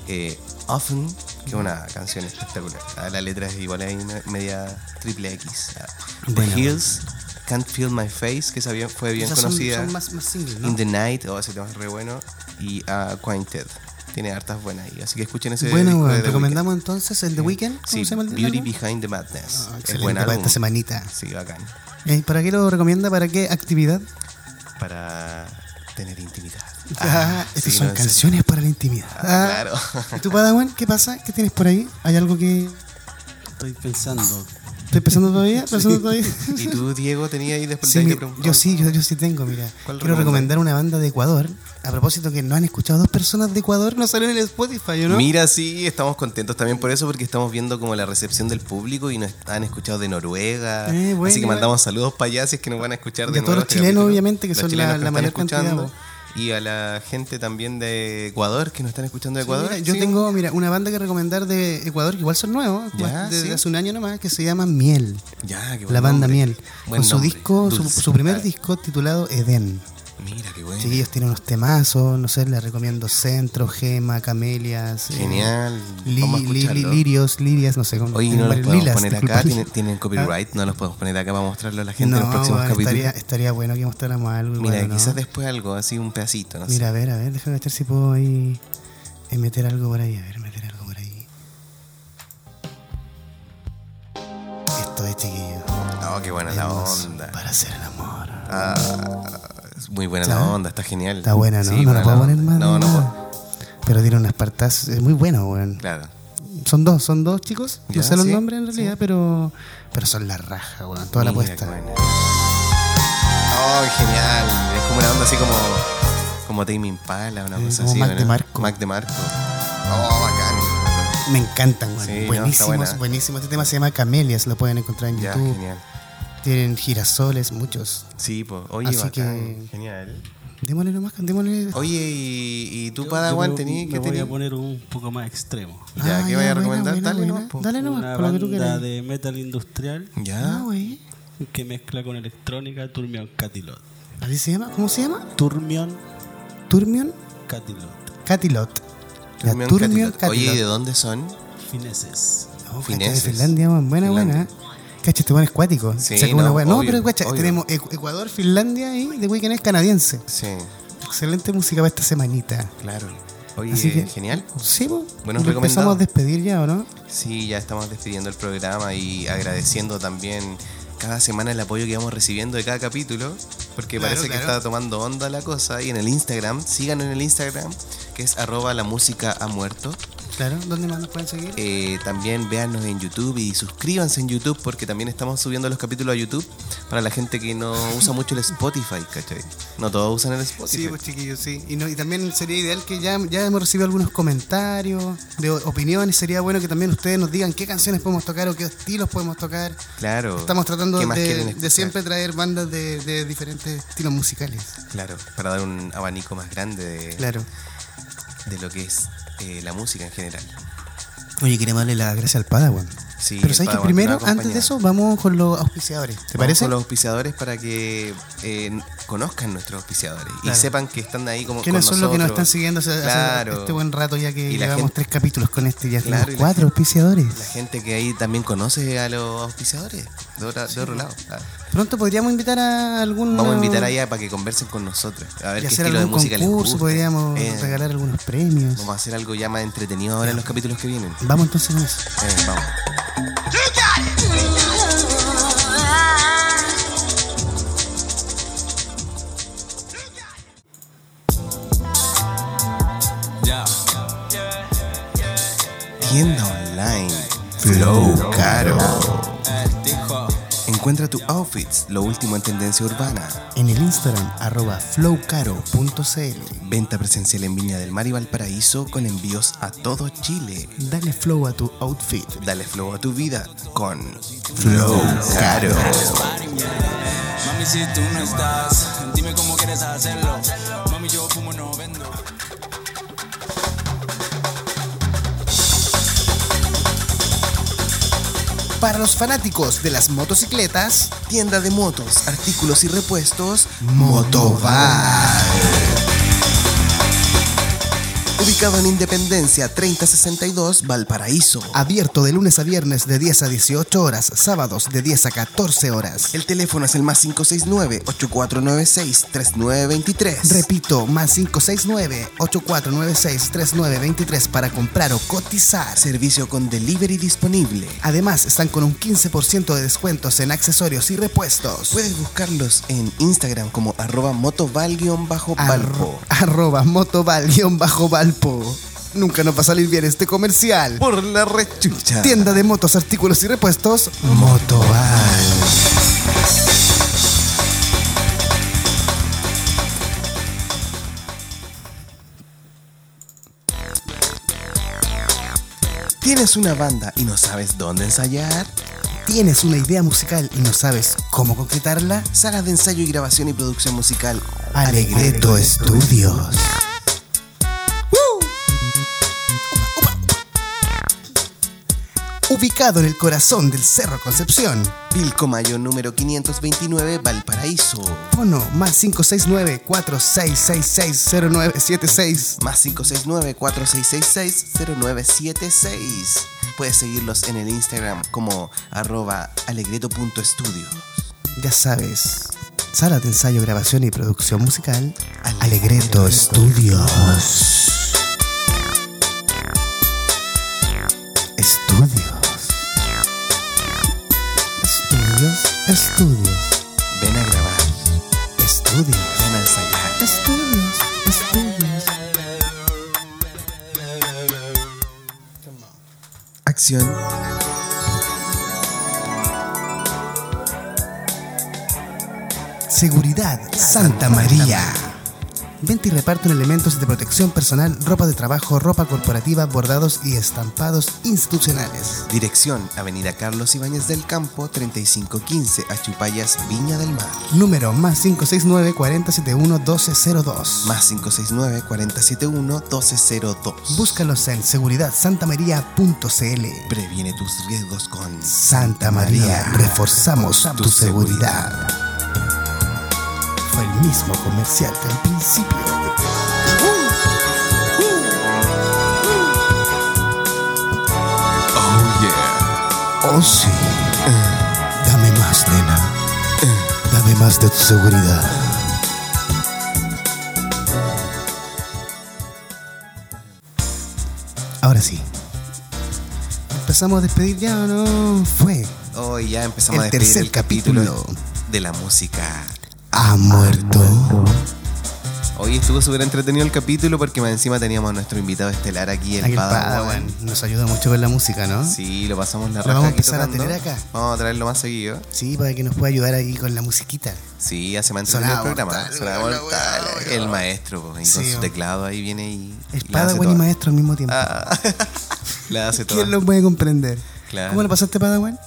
Speaker 2: eh, Often, que es una
Speaker 3: Mm.
Speaker 2: canción espectacular. Ah, La letra es igual, hay una media triple X. Ah,
Speaker 3: Buena,
Speaker 2: The Hills, Can't Feel My Face, que esa bien- fue bien
Speaker 3: Esas son-
Speaker 2: conocida.
Speaker 3: son más- más singles, ¿no?
Speaker 2: In the Night, oh, ese tema es re bueno. Y ah, Acquainted, tiene hartas buenas ahí. Así que escuchen ese disco
Speaker 3: bueno,
Speaker 2: de
Speaker 3: weón,
Speaker 2: The Weeknd.
Speaker 3: recomendamos entonces el The Weeknd. ¿Cómo
Speaker 2: Sí,
Speaker 3: se llama el
Speaker 2: Beauty
Speaker 3: álbum?
Speaker 2: Behind the Madness.
Speaker 3: Ah,
Speaker 2: es
Speaker 3: excelente,
Speaker 2: buen
Speaker 3: para
Speaker 2: álbum.
Speaker 3: esta semanita.
Speaker 2: Sí, bacán.
Speaker 3: Eh, ¿Para qué lo recomienda? ¿Para qué actividad?
Speaker 2: Para tener intimidad.
Speaker 3: Ah, estas son canciones para la intimidad.
Speaker 2: Ah,
Speaker 3: Ah,
Speaker 2: claro.
Speaker 3: ¿Y tú, Padawan, qué pasa? ¿Qué tienes por ahí? ¿Hay algo que Ah.
Speaker 8: Estoy pensando.
Speaker 3: estoy pensando todavía? ¿Pensando todavía?
Speaker 2: ¿Y tú, Diego, tenías ahí después
Speaker 3: Sí,
Speaker 2: de
Speaker 3: mi-
Speaker 2: que preguntar?
Speaker 3: yo sí, yo, yo sí tengo, mira.
Speaker 2: ¿Cuál
Speaker 3: Quiero
Speaker 2: recomiendas?
Speaker 3: recomendar una banda de Ecuador. A propósito que no han escuchado dos personas de Ecuador, no salió en el Spotify, ¿o ¿no?
Speaker 2: Mira, sí, estamos contentos también por eso, porque estamos viendo como la recepción del público y nos han escuchado de Noruega.
Speaker 3: Eh, bueno,
Speaker 2: así que
Speaker 3: igual.
Speaker 2: mandamos saludos para allá si es que nos van a escuchar de
Speaker 3: Y a todos
Speaker 2: nuevo
Speaker 3: los
Speaker 2: este
Speaker 3: chilenos,
Speaker 2: capítulo.
Speaker 3: obviamente, que
Speaker 2: Los
Speaker 3: son la-
Speaker 2: chilenos que
Speaker 3: la
Speaker 2: están
Speaker 3: mayor cantidad,
Speaker 2: escuchando. Y a la gente también de Ecuador que nos están escuchando de
Speaker 3: Sí,
Speaker 2: Ecuador.
Speaker 3: mira, yo
Speaker 2: sí.
Speaker 3: tengo, mira, una banda que recomendar de Ecuador, que igual son nuevos,
Speaker 2: Ya,
Speaker 3: más- desde
Speaker 2: sí.
Speaker 3: hace un año nomás, que se llama Miel.
Speaker 2: Ya, qué buen
Speaker 3: La banda
Speaker 2: nombre.
Speaker 3: Miel.
Speaker 2: Buen
Speaker 3: con su
Speaker 2: nombre,
Speaker 3: disco, su,
Speaker 2: dulce.
Speaker 3: su primer
Speaker 2: Ah,
Speaker 3: disco titulado Edén.
Speaker 2: Mira, qué bueno.
Speaker 3: Chiquillos tienen unos temazos, no sé, les recomiendo Centro, Gema, Camelias. eh,
Speaker 2: Genial.
Speaker 3: li-
Speaker 2: Vamos a
Speaker 3: li- li-
Speaker 2: escucharlo.
Speaker 3: lirios, lirias, no sé cómo.
Speaker 2: Oye,
Speaker 3: tienen
Speaker 2: no los
Speaker 3: varios-
Speaker 2: podemos
Speaker 3: lilas,
Speaker 2: poner acá,
Speaker 3: disculpa. Ah,
Speaker 2: tienen, tienen copyright, no los podemos poner acá para mostrarlo a la gente
Speaker 3: No,
Speaker 2: en los próximos
Speaker 3: bueno,
Speaker 2: capítulos.
Speaker 3: estaría, estaría bueno que mostráramos algo. igual,
Speaker 2: Mira,
Speaker 3: ¿no?
Speaker 2: quizás después algo, así un pedacito, no sé.
Speaker 3: Mira, a ver, a ver, déjame ver si puedo ahí eh, meter algo por ahí. A ver, meter algo por ahí. Esto es chiquillo.
Speaker 2: Oh, qué buena la
Speaker 3: Hermoso,
Speaker 2: onda.
Speaker 3: Para hacer el amor.
Speaker 2: Es muy buena
Speaker 3: ¿Está?
Speaker 2: la onda, está genial.
Speaker 3: Está buena, ¿no?
Speaker 2: Sí,
Speaker 3: no
Speaker 2: buena
Speaker 3: la puedo
Speaker 2: la
Speaker 3: poner
Speaker 2: onda.
Speaker 3: más.
Speaker 2: No, no puedo.
Speaker 3: puedo. Pero tiene unas partazas. Es muy bueno, weón.
Speaker 2: Claro.
Speaker 3: Son dos, son dos chicos. No
Speaker 2: Ya,
Speaker 3: sé los
Speaker 2: sí,
Speaker 3: nombres en realidad, pero, pero son la raja, weón. Toda la
Speaker 2: Mira, qué
Speaker 3: puesta.
Speaker 2: buena. Oh, genial. Es como una onda así como, como Tame Impala, una
Speaker 3: Sí,
Speaker 2: cosa
Speaker 3: como
Speaker 2: así.
Speaker 3: Mac
Speaker 2: ¿no?
Speaker 3: DeMarco.
Speaker 2: Mac DeMarco. Oh, bacán.
Speaker 3: Me encantan, weón.
Speaker 2: Sí, no, está
Speaker 3: buenísimos,
Speaker 2: buena.
Speaker 3: buenísimos. Este tema se llama Camelias, lo pueden encontrar en
Speaker 2: Ya,
Speaker 3: YouTube.
Speaker 2: genial.
Speaker 3: Tienen girasoles, muchos.
Speaker 2: Sí, pues. Oye,
Speaker 3: Así
Speaker 2: bacán.
Speaker 3: que-
Speaker 2: Genial.
Speaker 3: Démosle nomás, démosle.
Speaker 2: Oye, ¿y, y tú,
Speaker 8: Yo-
Speaker 2: Padawan,
Speaker 8: yo
Speaker 2: tenías
Speaker 8: me
Speaker 2: que
Speaker 8: voy
Speaker 2: tenías?
Speaker 8: a poner un poco más extremo.
Speaker 3: Ah,
Speaker 2: Ya, ¿qué vaya a recomendar? Dale,
Speaker 3: Dale,
Speaker 2: nomás, po.
Speaker 3: Dale nomás,
Speaker 8: Una
Speaker 3: por lo que tú
Speaker 8: banda
Speaker 3: quieras.
Speaker 8: de metal industrial
Speaker 3: Ah,
Speaker 2: Ya.
Speaker 3: güey.
Speaker 8: que mezcla con electrónica Turmion Catilot.
Speaker 3: ¿Así se llama? ¿Cómo se llama?
Speaker 8: Turmion
Speaker 3: Turmion
Speaker 8: Catilot.
Speaker 3: Catilot. La
Speaker 2: Turmión
Speaker 3: Turmion
Speaker 2: Catilot. Oye, ¿y ¿de
Speaker 3: Catilot.
Speaker 2: dónde son?
Speaker 8: Fineses.
Speaker 3: Oh, cacha, de
Speaker 2: fineses.
Speaker 3: Finlandia, weón. buena, buena.
Speaker 2: Finlandia.
Speaker 3: Cacha, este weón es cuático.
Speaker 2: Sí,
Speaker 3: Saca
Speaker 2: no,
Speaker 3: una weá. no,
Speaker 2: obvio,
Speaker 3: pero guacha,
Speaker 2: obvio.
Speaker 3: tenemos Ecu- Ecuador, Finlandia y The Weeknd es canadiense.
Speaker 2: Sí,
Speaker 3: Excelente música para esta semanita.
Speaker 2: claro. Oye,
Speaker 3: Así que-
Speaker 2: genial.
Speaker 3: Sí, po.
Speaker 2: Buenos
Speaker 3: Nos
Speaker 2: recomendados.
Speaker 3: empezamos a despedir ya, ¿o no?
Speaker 2: Sí, ya estamos despidiendo el programa y agradeciendo también cada semana el apoyo que vamos recibiendo de cada capítulo, porque
Speaker 3: Claro,
Speaker 2: parece que
Speaker 3: claro.
Speaker 2: está tomando onda la cosa. Y en el Instagram, sigan en el Instagram, que es arroba la música ha muerto.
Speaker 3: Claro, ¿dónde más nos pueden seguir?
Speaker 2: Eh, también véanos en YouTube y suscríbanse en YouTube, porque también estamos subiendo los capítulos a YouTube para la gente que no usa mucho el Spotify, ¿cachai? No todos usan el Spotify.
Speaker 3: Sí, pues chiquillos, sí. Y, no- y también sería ideal que ya, ya hemos recibido algunos comentarios, de o- opiniones. Sería bueno que también ustedes nos digan qué canciones podemos tocar o qué estilos podemos tocar.
Speaker 2: claro.
Speaker 3: Estamos tratando
Speaker 2: Oh, ¿Qué más quieren
Speaker 3: de, de
Speaker 2: escuchar?
Speaker 3: siempre traer bandas de, de diferentes estilos musicales.
Speaker 2: Claro, para dar un abanico más grande de,
Speaker 3: Claro.
Speaker 2: de lo que es eh, la música en general.
Speaker 3: Oye, queremos darle las gracias al Padawan.
Speaker 2: Sí,
Speaker 3: Pero
Speaker 2: el
Speaker 3: sabes que
Speaker 2: Padawan
Speaker 3: primero,
Speaker 2: nos ha
Speaker 3: antes de
Speaker 2: acompañado.
Speaker 3: eso, vamos con los auspiciadores. ¿Te
Speaker 2: Vamos
Speaker 3: parece?
Speaker 2: Con los auspiciadores para que eh, conozcan nuestros auspiciadores y
Speaker 3: Claro.
Speaker 2: sepan que están ahí como
Speaker 3: ¿Quiénes
Speaker 2: con
Speaker 3: son los que nos están
Speaker 2: nosotros.
Speaker 3: siguiendo hace, hace
Speaker 2: Claro.
Speaker 3: este buen rato ya que
Speaker 2: Y la
Speaker 3: llevamos
Speaker 2: gente-
Speaker 3: tres capítulos con este y ya
Speaker 2: Claro, y
Speaker 3: tenemos
Speaker 2: la
Speaker 3: cuatro auspiciadores?
Speaker 2: La gente que ahí también conoce a los auspiciadores de, otra- de otro lado. Ah,
Speaker 3: Pronto podríamos invitar a algún...
Speaker 2: Vamos a invitar allá para que conversen con nosotros. A ver
Speaker 3: y
Speaker 2: qué
Speaker 3: hacer
Speaker 2: estilo de
Speaker 3: algún
Speaker 2: música les
Speaker 3: concurso,
Speaker 2: gusta.
Speaker 3: podríamos
Speaker 2: Eh,
Speaker 3: regalar algunos premios.
Speaker 2: Vamos a hacer algo ya más entretenido ahora en los capítulos que vienen.
Speaker 3: Vamos entonces con eso.
Speaker 2: Eh, vamos.
Speaker 6: Ya.
Speaker 2: Tienda online. Flow Caro.
Speaker 6: Eh, dijo.
Speaker 2: Encuentra tu outfits, lo último en tendencia urbana.
Speaker 3: En el Instagram, arroba flowcaro.cl.
Speaker 2: Venta presencial en Viña del Mar y Valparaíso con envíos a todo Chile.
Speaker 3: Dale flow a tu outfit.
Speaker 2: Dale flow a tu vida con Flow Caro.
Speaker 6: Mami, si tú no estás, dime cómo quieres hacerlo. Mami, yo fumo, no vendo.
Speaker 3: Para los fanáticos de las motocicletas,
Speaker 2: Tienda de motos, artículos y repuestos. Motobar. Ubicado en Independencia 3062, Valparaíso.
Speaker 3: abierto de lunes a viernes de 10 a 18 horas, sábados de 10 a 14 horas.
Speaker 2: El teléfono es el más 569-8496-3923.
Speaker 3: Repito, más 569-8496-3923 para comprar o cotizar.
Speaker 2: Servicio con delivery disponible.
Speaker 3: Además, están con un 15% de descuentos en accesorios y repuestos.
Speaker 2: Puedes buscarlos en Instagram como arroba motoval-valpo.
Speaker 3: Arro- arroba motoval-valpo. Nunca nos va a salir bien este comercial.
Speaker 2: Por la rechucha.
Speaker 3: Tienda de motos, artículos y repuestos. Motoval.
Speaker 2: ¿Tienes una banda y no sabes dónde ensayar?
Speaker 3: ¿Tienes una idea musical y no sabes cómo concretarla?
Speaker 2: Sala de ensayo y grabación y producción musical
Speaker 3: Alegreto Estudios. Uh. Ubicado en el corazón del Cerro Concepción.
Speaker 2: Pilcomayo número 529 Valparaíso.
Speaker 3: Fono más 569-4666-0976.
Speaker 2: Más 569-4666-0976. Puedes seguirlos en el Instagram como arroba alegreto.estudio.
Speaker 3: Ya sabes, sala de ensayo, grabación y producción musical. Alegreto Estudios. Estudios. Estudios. Estudios.
Speaker 2: Ven a grabar,
Speaker 3: Estudios.
Speaker 2: ven a ensayar.
Speaker 3: Estudios, estudios.
Speaker 2: Acción.
Speaker 3: Seguridad Santa María. Venta y reparto en elementos de protección personal, ropa de trabajo, ropa corporativa, bordados y estampados institucionales.
Speaker 2: Dirección, Avenida Carlos Ibáñez del Campo, 3515, Achupayas, Viña del Mar.
Speaker 3: Número más 569-471-1202.
Speaker 2: Más 569-471-1202.
Speaker 3: Búscalos en seguridadsantamaría.cl.
Speaker 2: Previene tus riesgos con...
Speaker 3: Santa María, reforzamos tu seguridad. Fue el mismo comercial que al principio. Oh yeah. Oh sí. Dame más, nena. Dame más de tu seguridad. Ahora sí. Empezamos a despedir ya, ¿o ¿no? Fue.
Speaker 2: Hoy ya empezamos
Speaker 3: El
Speaker 2: a despedir
Speaker 3: tercer
Speaker 2: el capítulo
Speaker 3: capítulo.
Speaker 2: de la música.
Speaker 3: Ha muerto.
Speaker 2: Hoy estuvo súper entretenido el capítulo porque más encima teníamos a nuestro invitado estelar aquí, el
Speaker 3: Aquel
Speaker 2: Padawan.
Speaker 3: Padawan. Nos ayuda mucho con la música, ¿no?
Speaker 2: Sí, lo pasamos la
Speaker 3: ¿Lo
Speaker 2: raja
Speaker 3: vamos a
Speaker 2: aquí
Speaker 3: empezar a
Speaker 2: tocando.
Speaker 3: tener acá?
Speaker 2: Vamos a traerlo más seguido.
Speaker 3: Sí, para que nos pueda ayudar ahí con la musiquita.
Speaker 2: Sí, hace más entretenido el
Speaker 3: Sonaba
Speaker 2: programa.
Speaker 3: mortal,
Speaker 2: Sonaba
Speaker 3: weón, la
Speaker 2: mortal.
Speaker 3: weón, weón.
Speaker 2: El maestro, po, y con
Speaker 3: Sí,
Speaker 2: su
Speaker 3: weón.
Speaker 2: teclado ahí viene y... y la
Speaker 3: Espada,
Speaker 2: hace
Speaker 3: Padawan y
Speaker 2: toda.
Speaker 3: maestro al mismo tiempo.
Speaker 2: Ah, la hace todo.
Speaker 3: ¿Quién lo puede comprender?
Speaker 2: Claro.
Speaker 3: ¿Cómo lo pasaste, Padawan?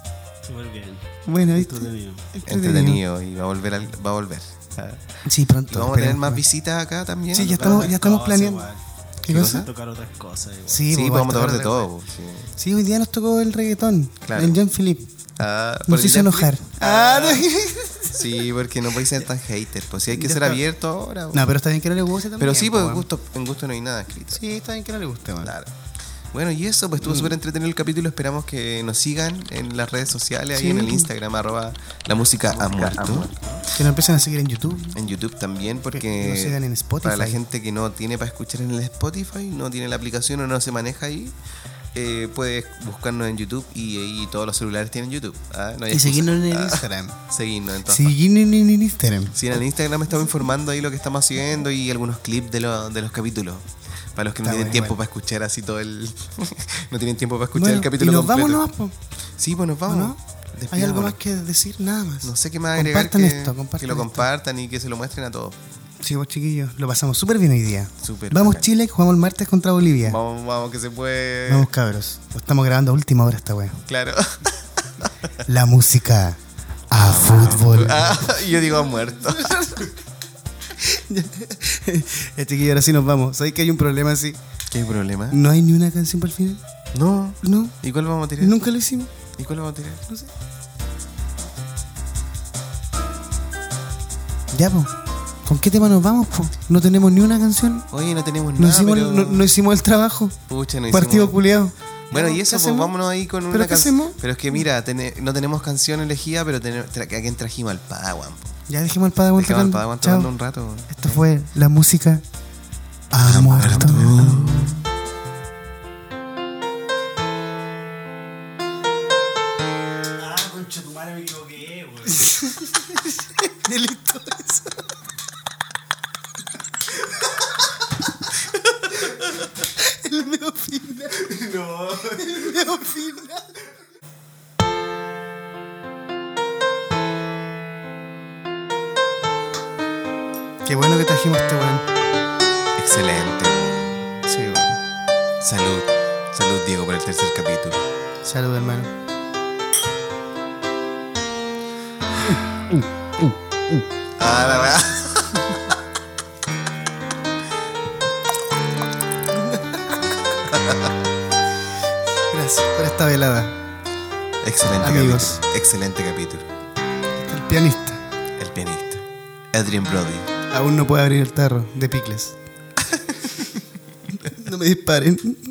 Speaker 8: Súper bien.
Speaker 3: Bueno, ¿viste?
Speaker 8: Entretenido.
Speaker 2: Entretenido y va a volver. al- va a volver. Ah.
Speaker 3: Sí,
Speaker 2: Y
Speaker 3: pronto.
Speaker 2: vamos a tener
Speaker 3: esperemos.
Speaker 2: más visitas acá también.
Speaker 3: Sí, ya
Speaker 2: Claro.
Speaker 3: estamos, ya estamos
Speaker 8: Cosas
Speaker 3: planeando.
Speaker 8: igual.
Speaker 3: ¿Qué cosa?
Speaker 8: Tocar otras cosas igual.
Speaker 2: Sí,
Speaker 3: Sí, pues,
Speaker 2: vamos a tocar
Speaker 3: tocar
Speaker 2: de
Speaker 3: otra cosa.
Speaker 2: todo. po, sí.
Speaker 3: Sí, hoy día nos tocó el reggaetón.
Speaker 2: Claro.
Speaker 3: El John Philip.
Speaker 2: Ah,
Speaker 3: Nos
Speaker 2: porque
Speaker 3: hizo
Speaker 2: ya-
Speaker 3: enojar.
Speaker 2: Ah, Sí, porque no podéis ser tan hater. Pues si hay que
Speaker 3: Ya
Speaker 2: ser
Speaker 3: está.
Speaker 2: abierto ahora. po.
Speaker 3: No, pero está bien que no le guste también.
Speaker 2: Pero sí,
Speaker 3: pues,
Speaker 2: porque gusto, en gusto no hay nada escrito.
Speaker 3: Sí, está bien que no le guste, man.
Speaker 2: Claro. Bueno, y eso, pues estuvo súper entretenido el capítulo. Esperamos que nos sigan en las redes sociales, ahí
Speaker 3: Sí.
Speaker 2: en el Instagram, arroba la música ha muerto.
Speaker 3: Que nos empiecen a seguir en YouTube.
Speaker 2: En YouTube también, porque
Speaker 3: Que nos sigan en Spotify.
Speaker 2: para la gente que no tiene para escuchar en el Spotify, no tiene la aplicación o no se maneja ahí, eh, puede buscarnos en YouTube y, ahí todos los celulares tienen YouTube. Ah, no hay
Speaker 3: Y
Speaker 2: excusa.
Speaker 3: seguirnos en el
Speaker 2: Ah,
Speaker 3: Instagram.
Speaker 2: Seguirnos en todas
Speaker 3: Seguirnos en el Instagram.
Speaker 2: Sí, en el Instagram estamos informando ahí lo que estamos haciendo y algunos clips de, lo- de los capítulos. Para los que no
Speaker 3: Está
Speaker 2: tienen
Speaker 3: bueno,
Speaker 2: tiempo
Speaker 3: bueno.
Speaker 2: para escuchar así todo el. no tienen tiempo para escuchar
Speaker 3: Bueno,
Speaker 2: el capítulo
Speaker 3: y nos
Speaker 2: completo.
Speaker 3: vamos nomás, po.
Speaker 2: Sí, pues nos vamos.
Speaker 3: ¿O no? ¿Hay algo más que decir? Nada más.
Speaker 2: No sé qué más agregar.
Speaker 3: Compartan
Speaker 2: que,
Speaker 3: esto, compartan
Speaker 2: que lo
Speaker 3: esto.
Speaker 2: compartan y que se lo muestren a todos.
Speaker 3: Sí, pues, chiquillos, lo pasamos súper bien hoy día.
Speaker 2: Súper
Speaker 3: Vamos
Speaker 2: bacán.
Speaker 3: Chile, que jugamos el martes contra Bolivia.
Speaker 2: Vamos, vamos, que se puede.
Speaker 3: Vamos cabros, lo estamos grabando a última hora esta wea.
Speaker 2: Claro.
Speaker 3: La música a fútbol.
Speaker 2: Ah, yo digo muerto.
Speaker 3: Eh, chiquillos, ahora sí nos vamos. ¿Sabéis que hay un problema así?
Speaker 2: ¿Qué problema?
Speaker 3: ¿No hay ni una canción para el final?
Speaker 2: No.
Speaker 3: No,
Speaker 2: ¿Y cuál vamos a tirar?
Speaker 3: nunca lo hicimos.
Speaker 2: ¿Y cuál vamos a tirar?
Speaker 3: No sé. Ya, po. ¿Con qué tema nos vamos, po? No tenemos ni una canción.
Speaker 2: Oye, no tenemos
Speaker 3: No,
Speaker 2: nada.
Speaker 3: hicimos,
Speaker 2: pero-
Speaker 3: no, no hicimos el trabajo.
Speaker 2: Pucha, no
Speaker 3: Partido
Speaker 2: hicimos-
Speaker 3: culiado.
Speaker 2: Bueno,
Speaker 3: ¿Qué
Speaker 2: y eso, pues
Speaker 3: hacemos?
Speaker 2: vámonos ahí con una
Speaker 3: ¿Pero qué
Speaker 2: can-
Speaker 3: hacemos?
Speaker 2: Pero es que mira, tene- no tenemos canción elegida, pero tene- tra- a quién trajimos al Padawan. po.
Speaker 3: Ya dejemos el
Speaker 2: Dejamos
Speaker 3: Padawan
Speaker 2: al
Speaker 3: tocando.
Speaker 2: Padawan
Speaker 3: Chao.
Speaker 2: tocando un rato.
Speaker 3: Esto fue la música a muerto. Qué bueno que trajimos este weón.
Speaker 2: Excelente. Sí, bueno. Salud. Salud, Diego, por el tercer capítulo.
Speaker 3: Salud, hermano.
Speaker 2: Ah, la verdad.
Speaker 3: Gracias por esta velada.
Speaker 2: Excelente
Speaker 3: Amigos.
Speaker 2: capítulo. Excelente capítulo.
Speaker 3: El pianista.
Speaker 2: El pianista. Adrian Brody.
Speaker 3: Aún no puede abrir el tarro de picles. no me disparen.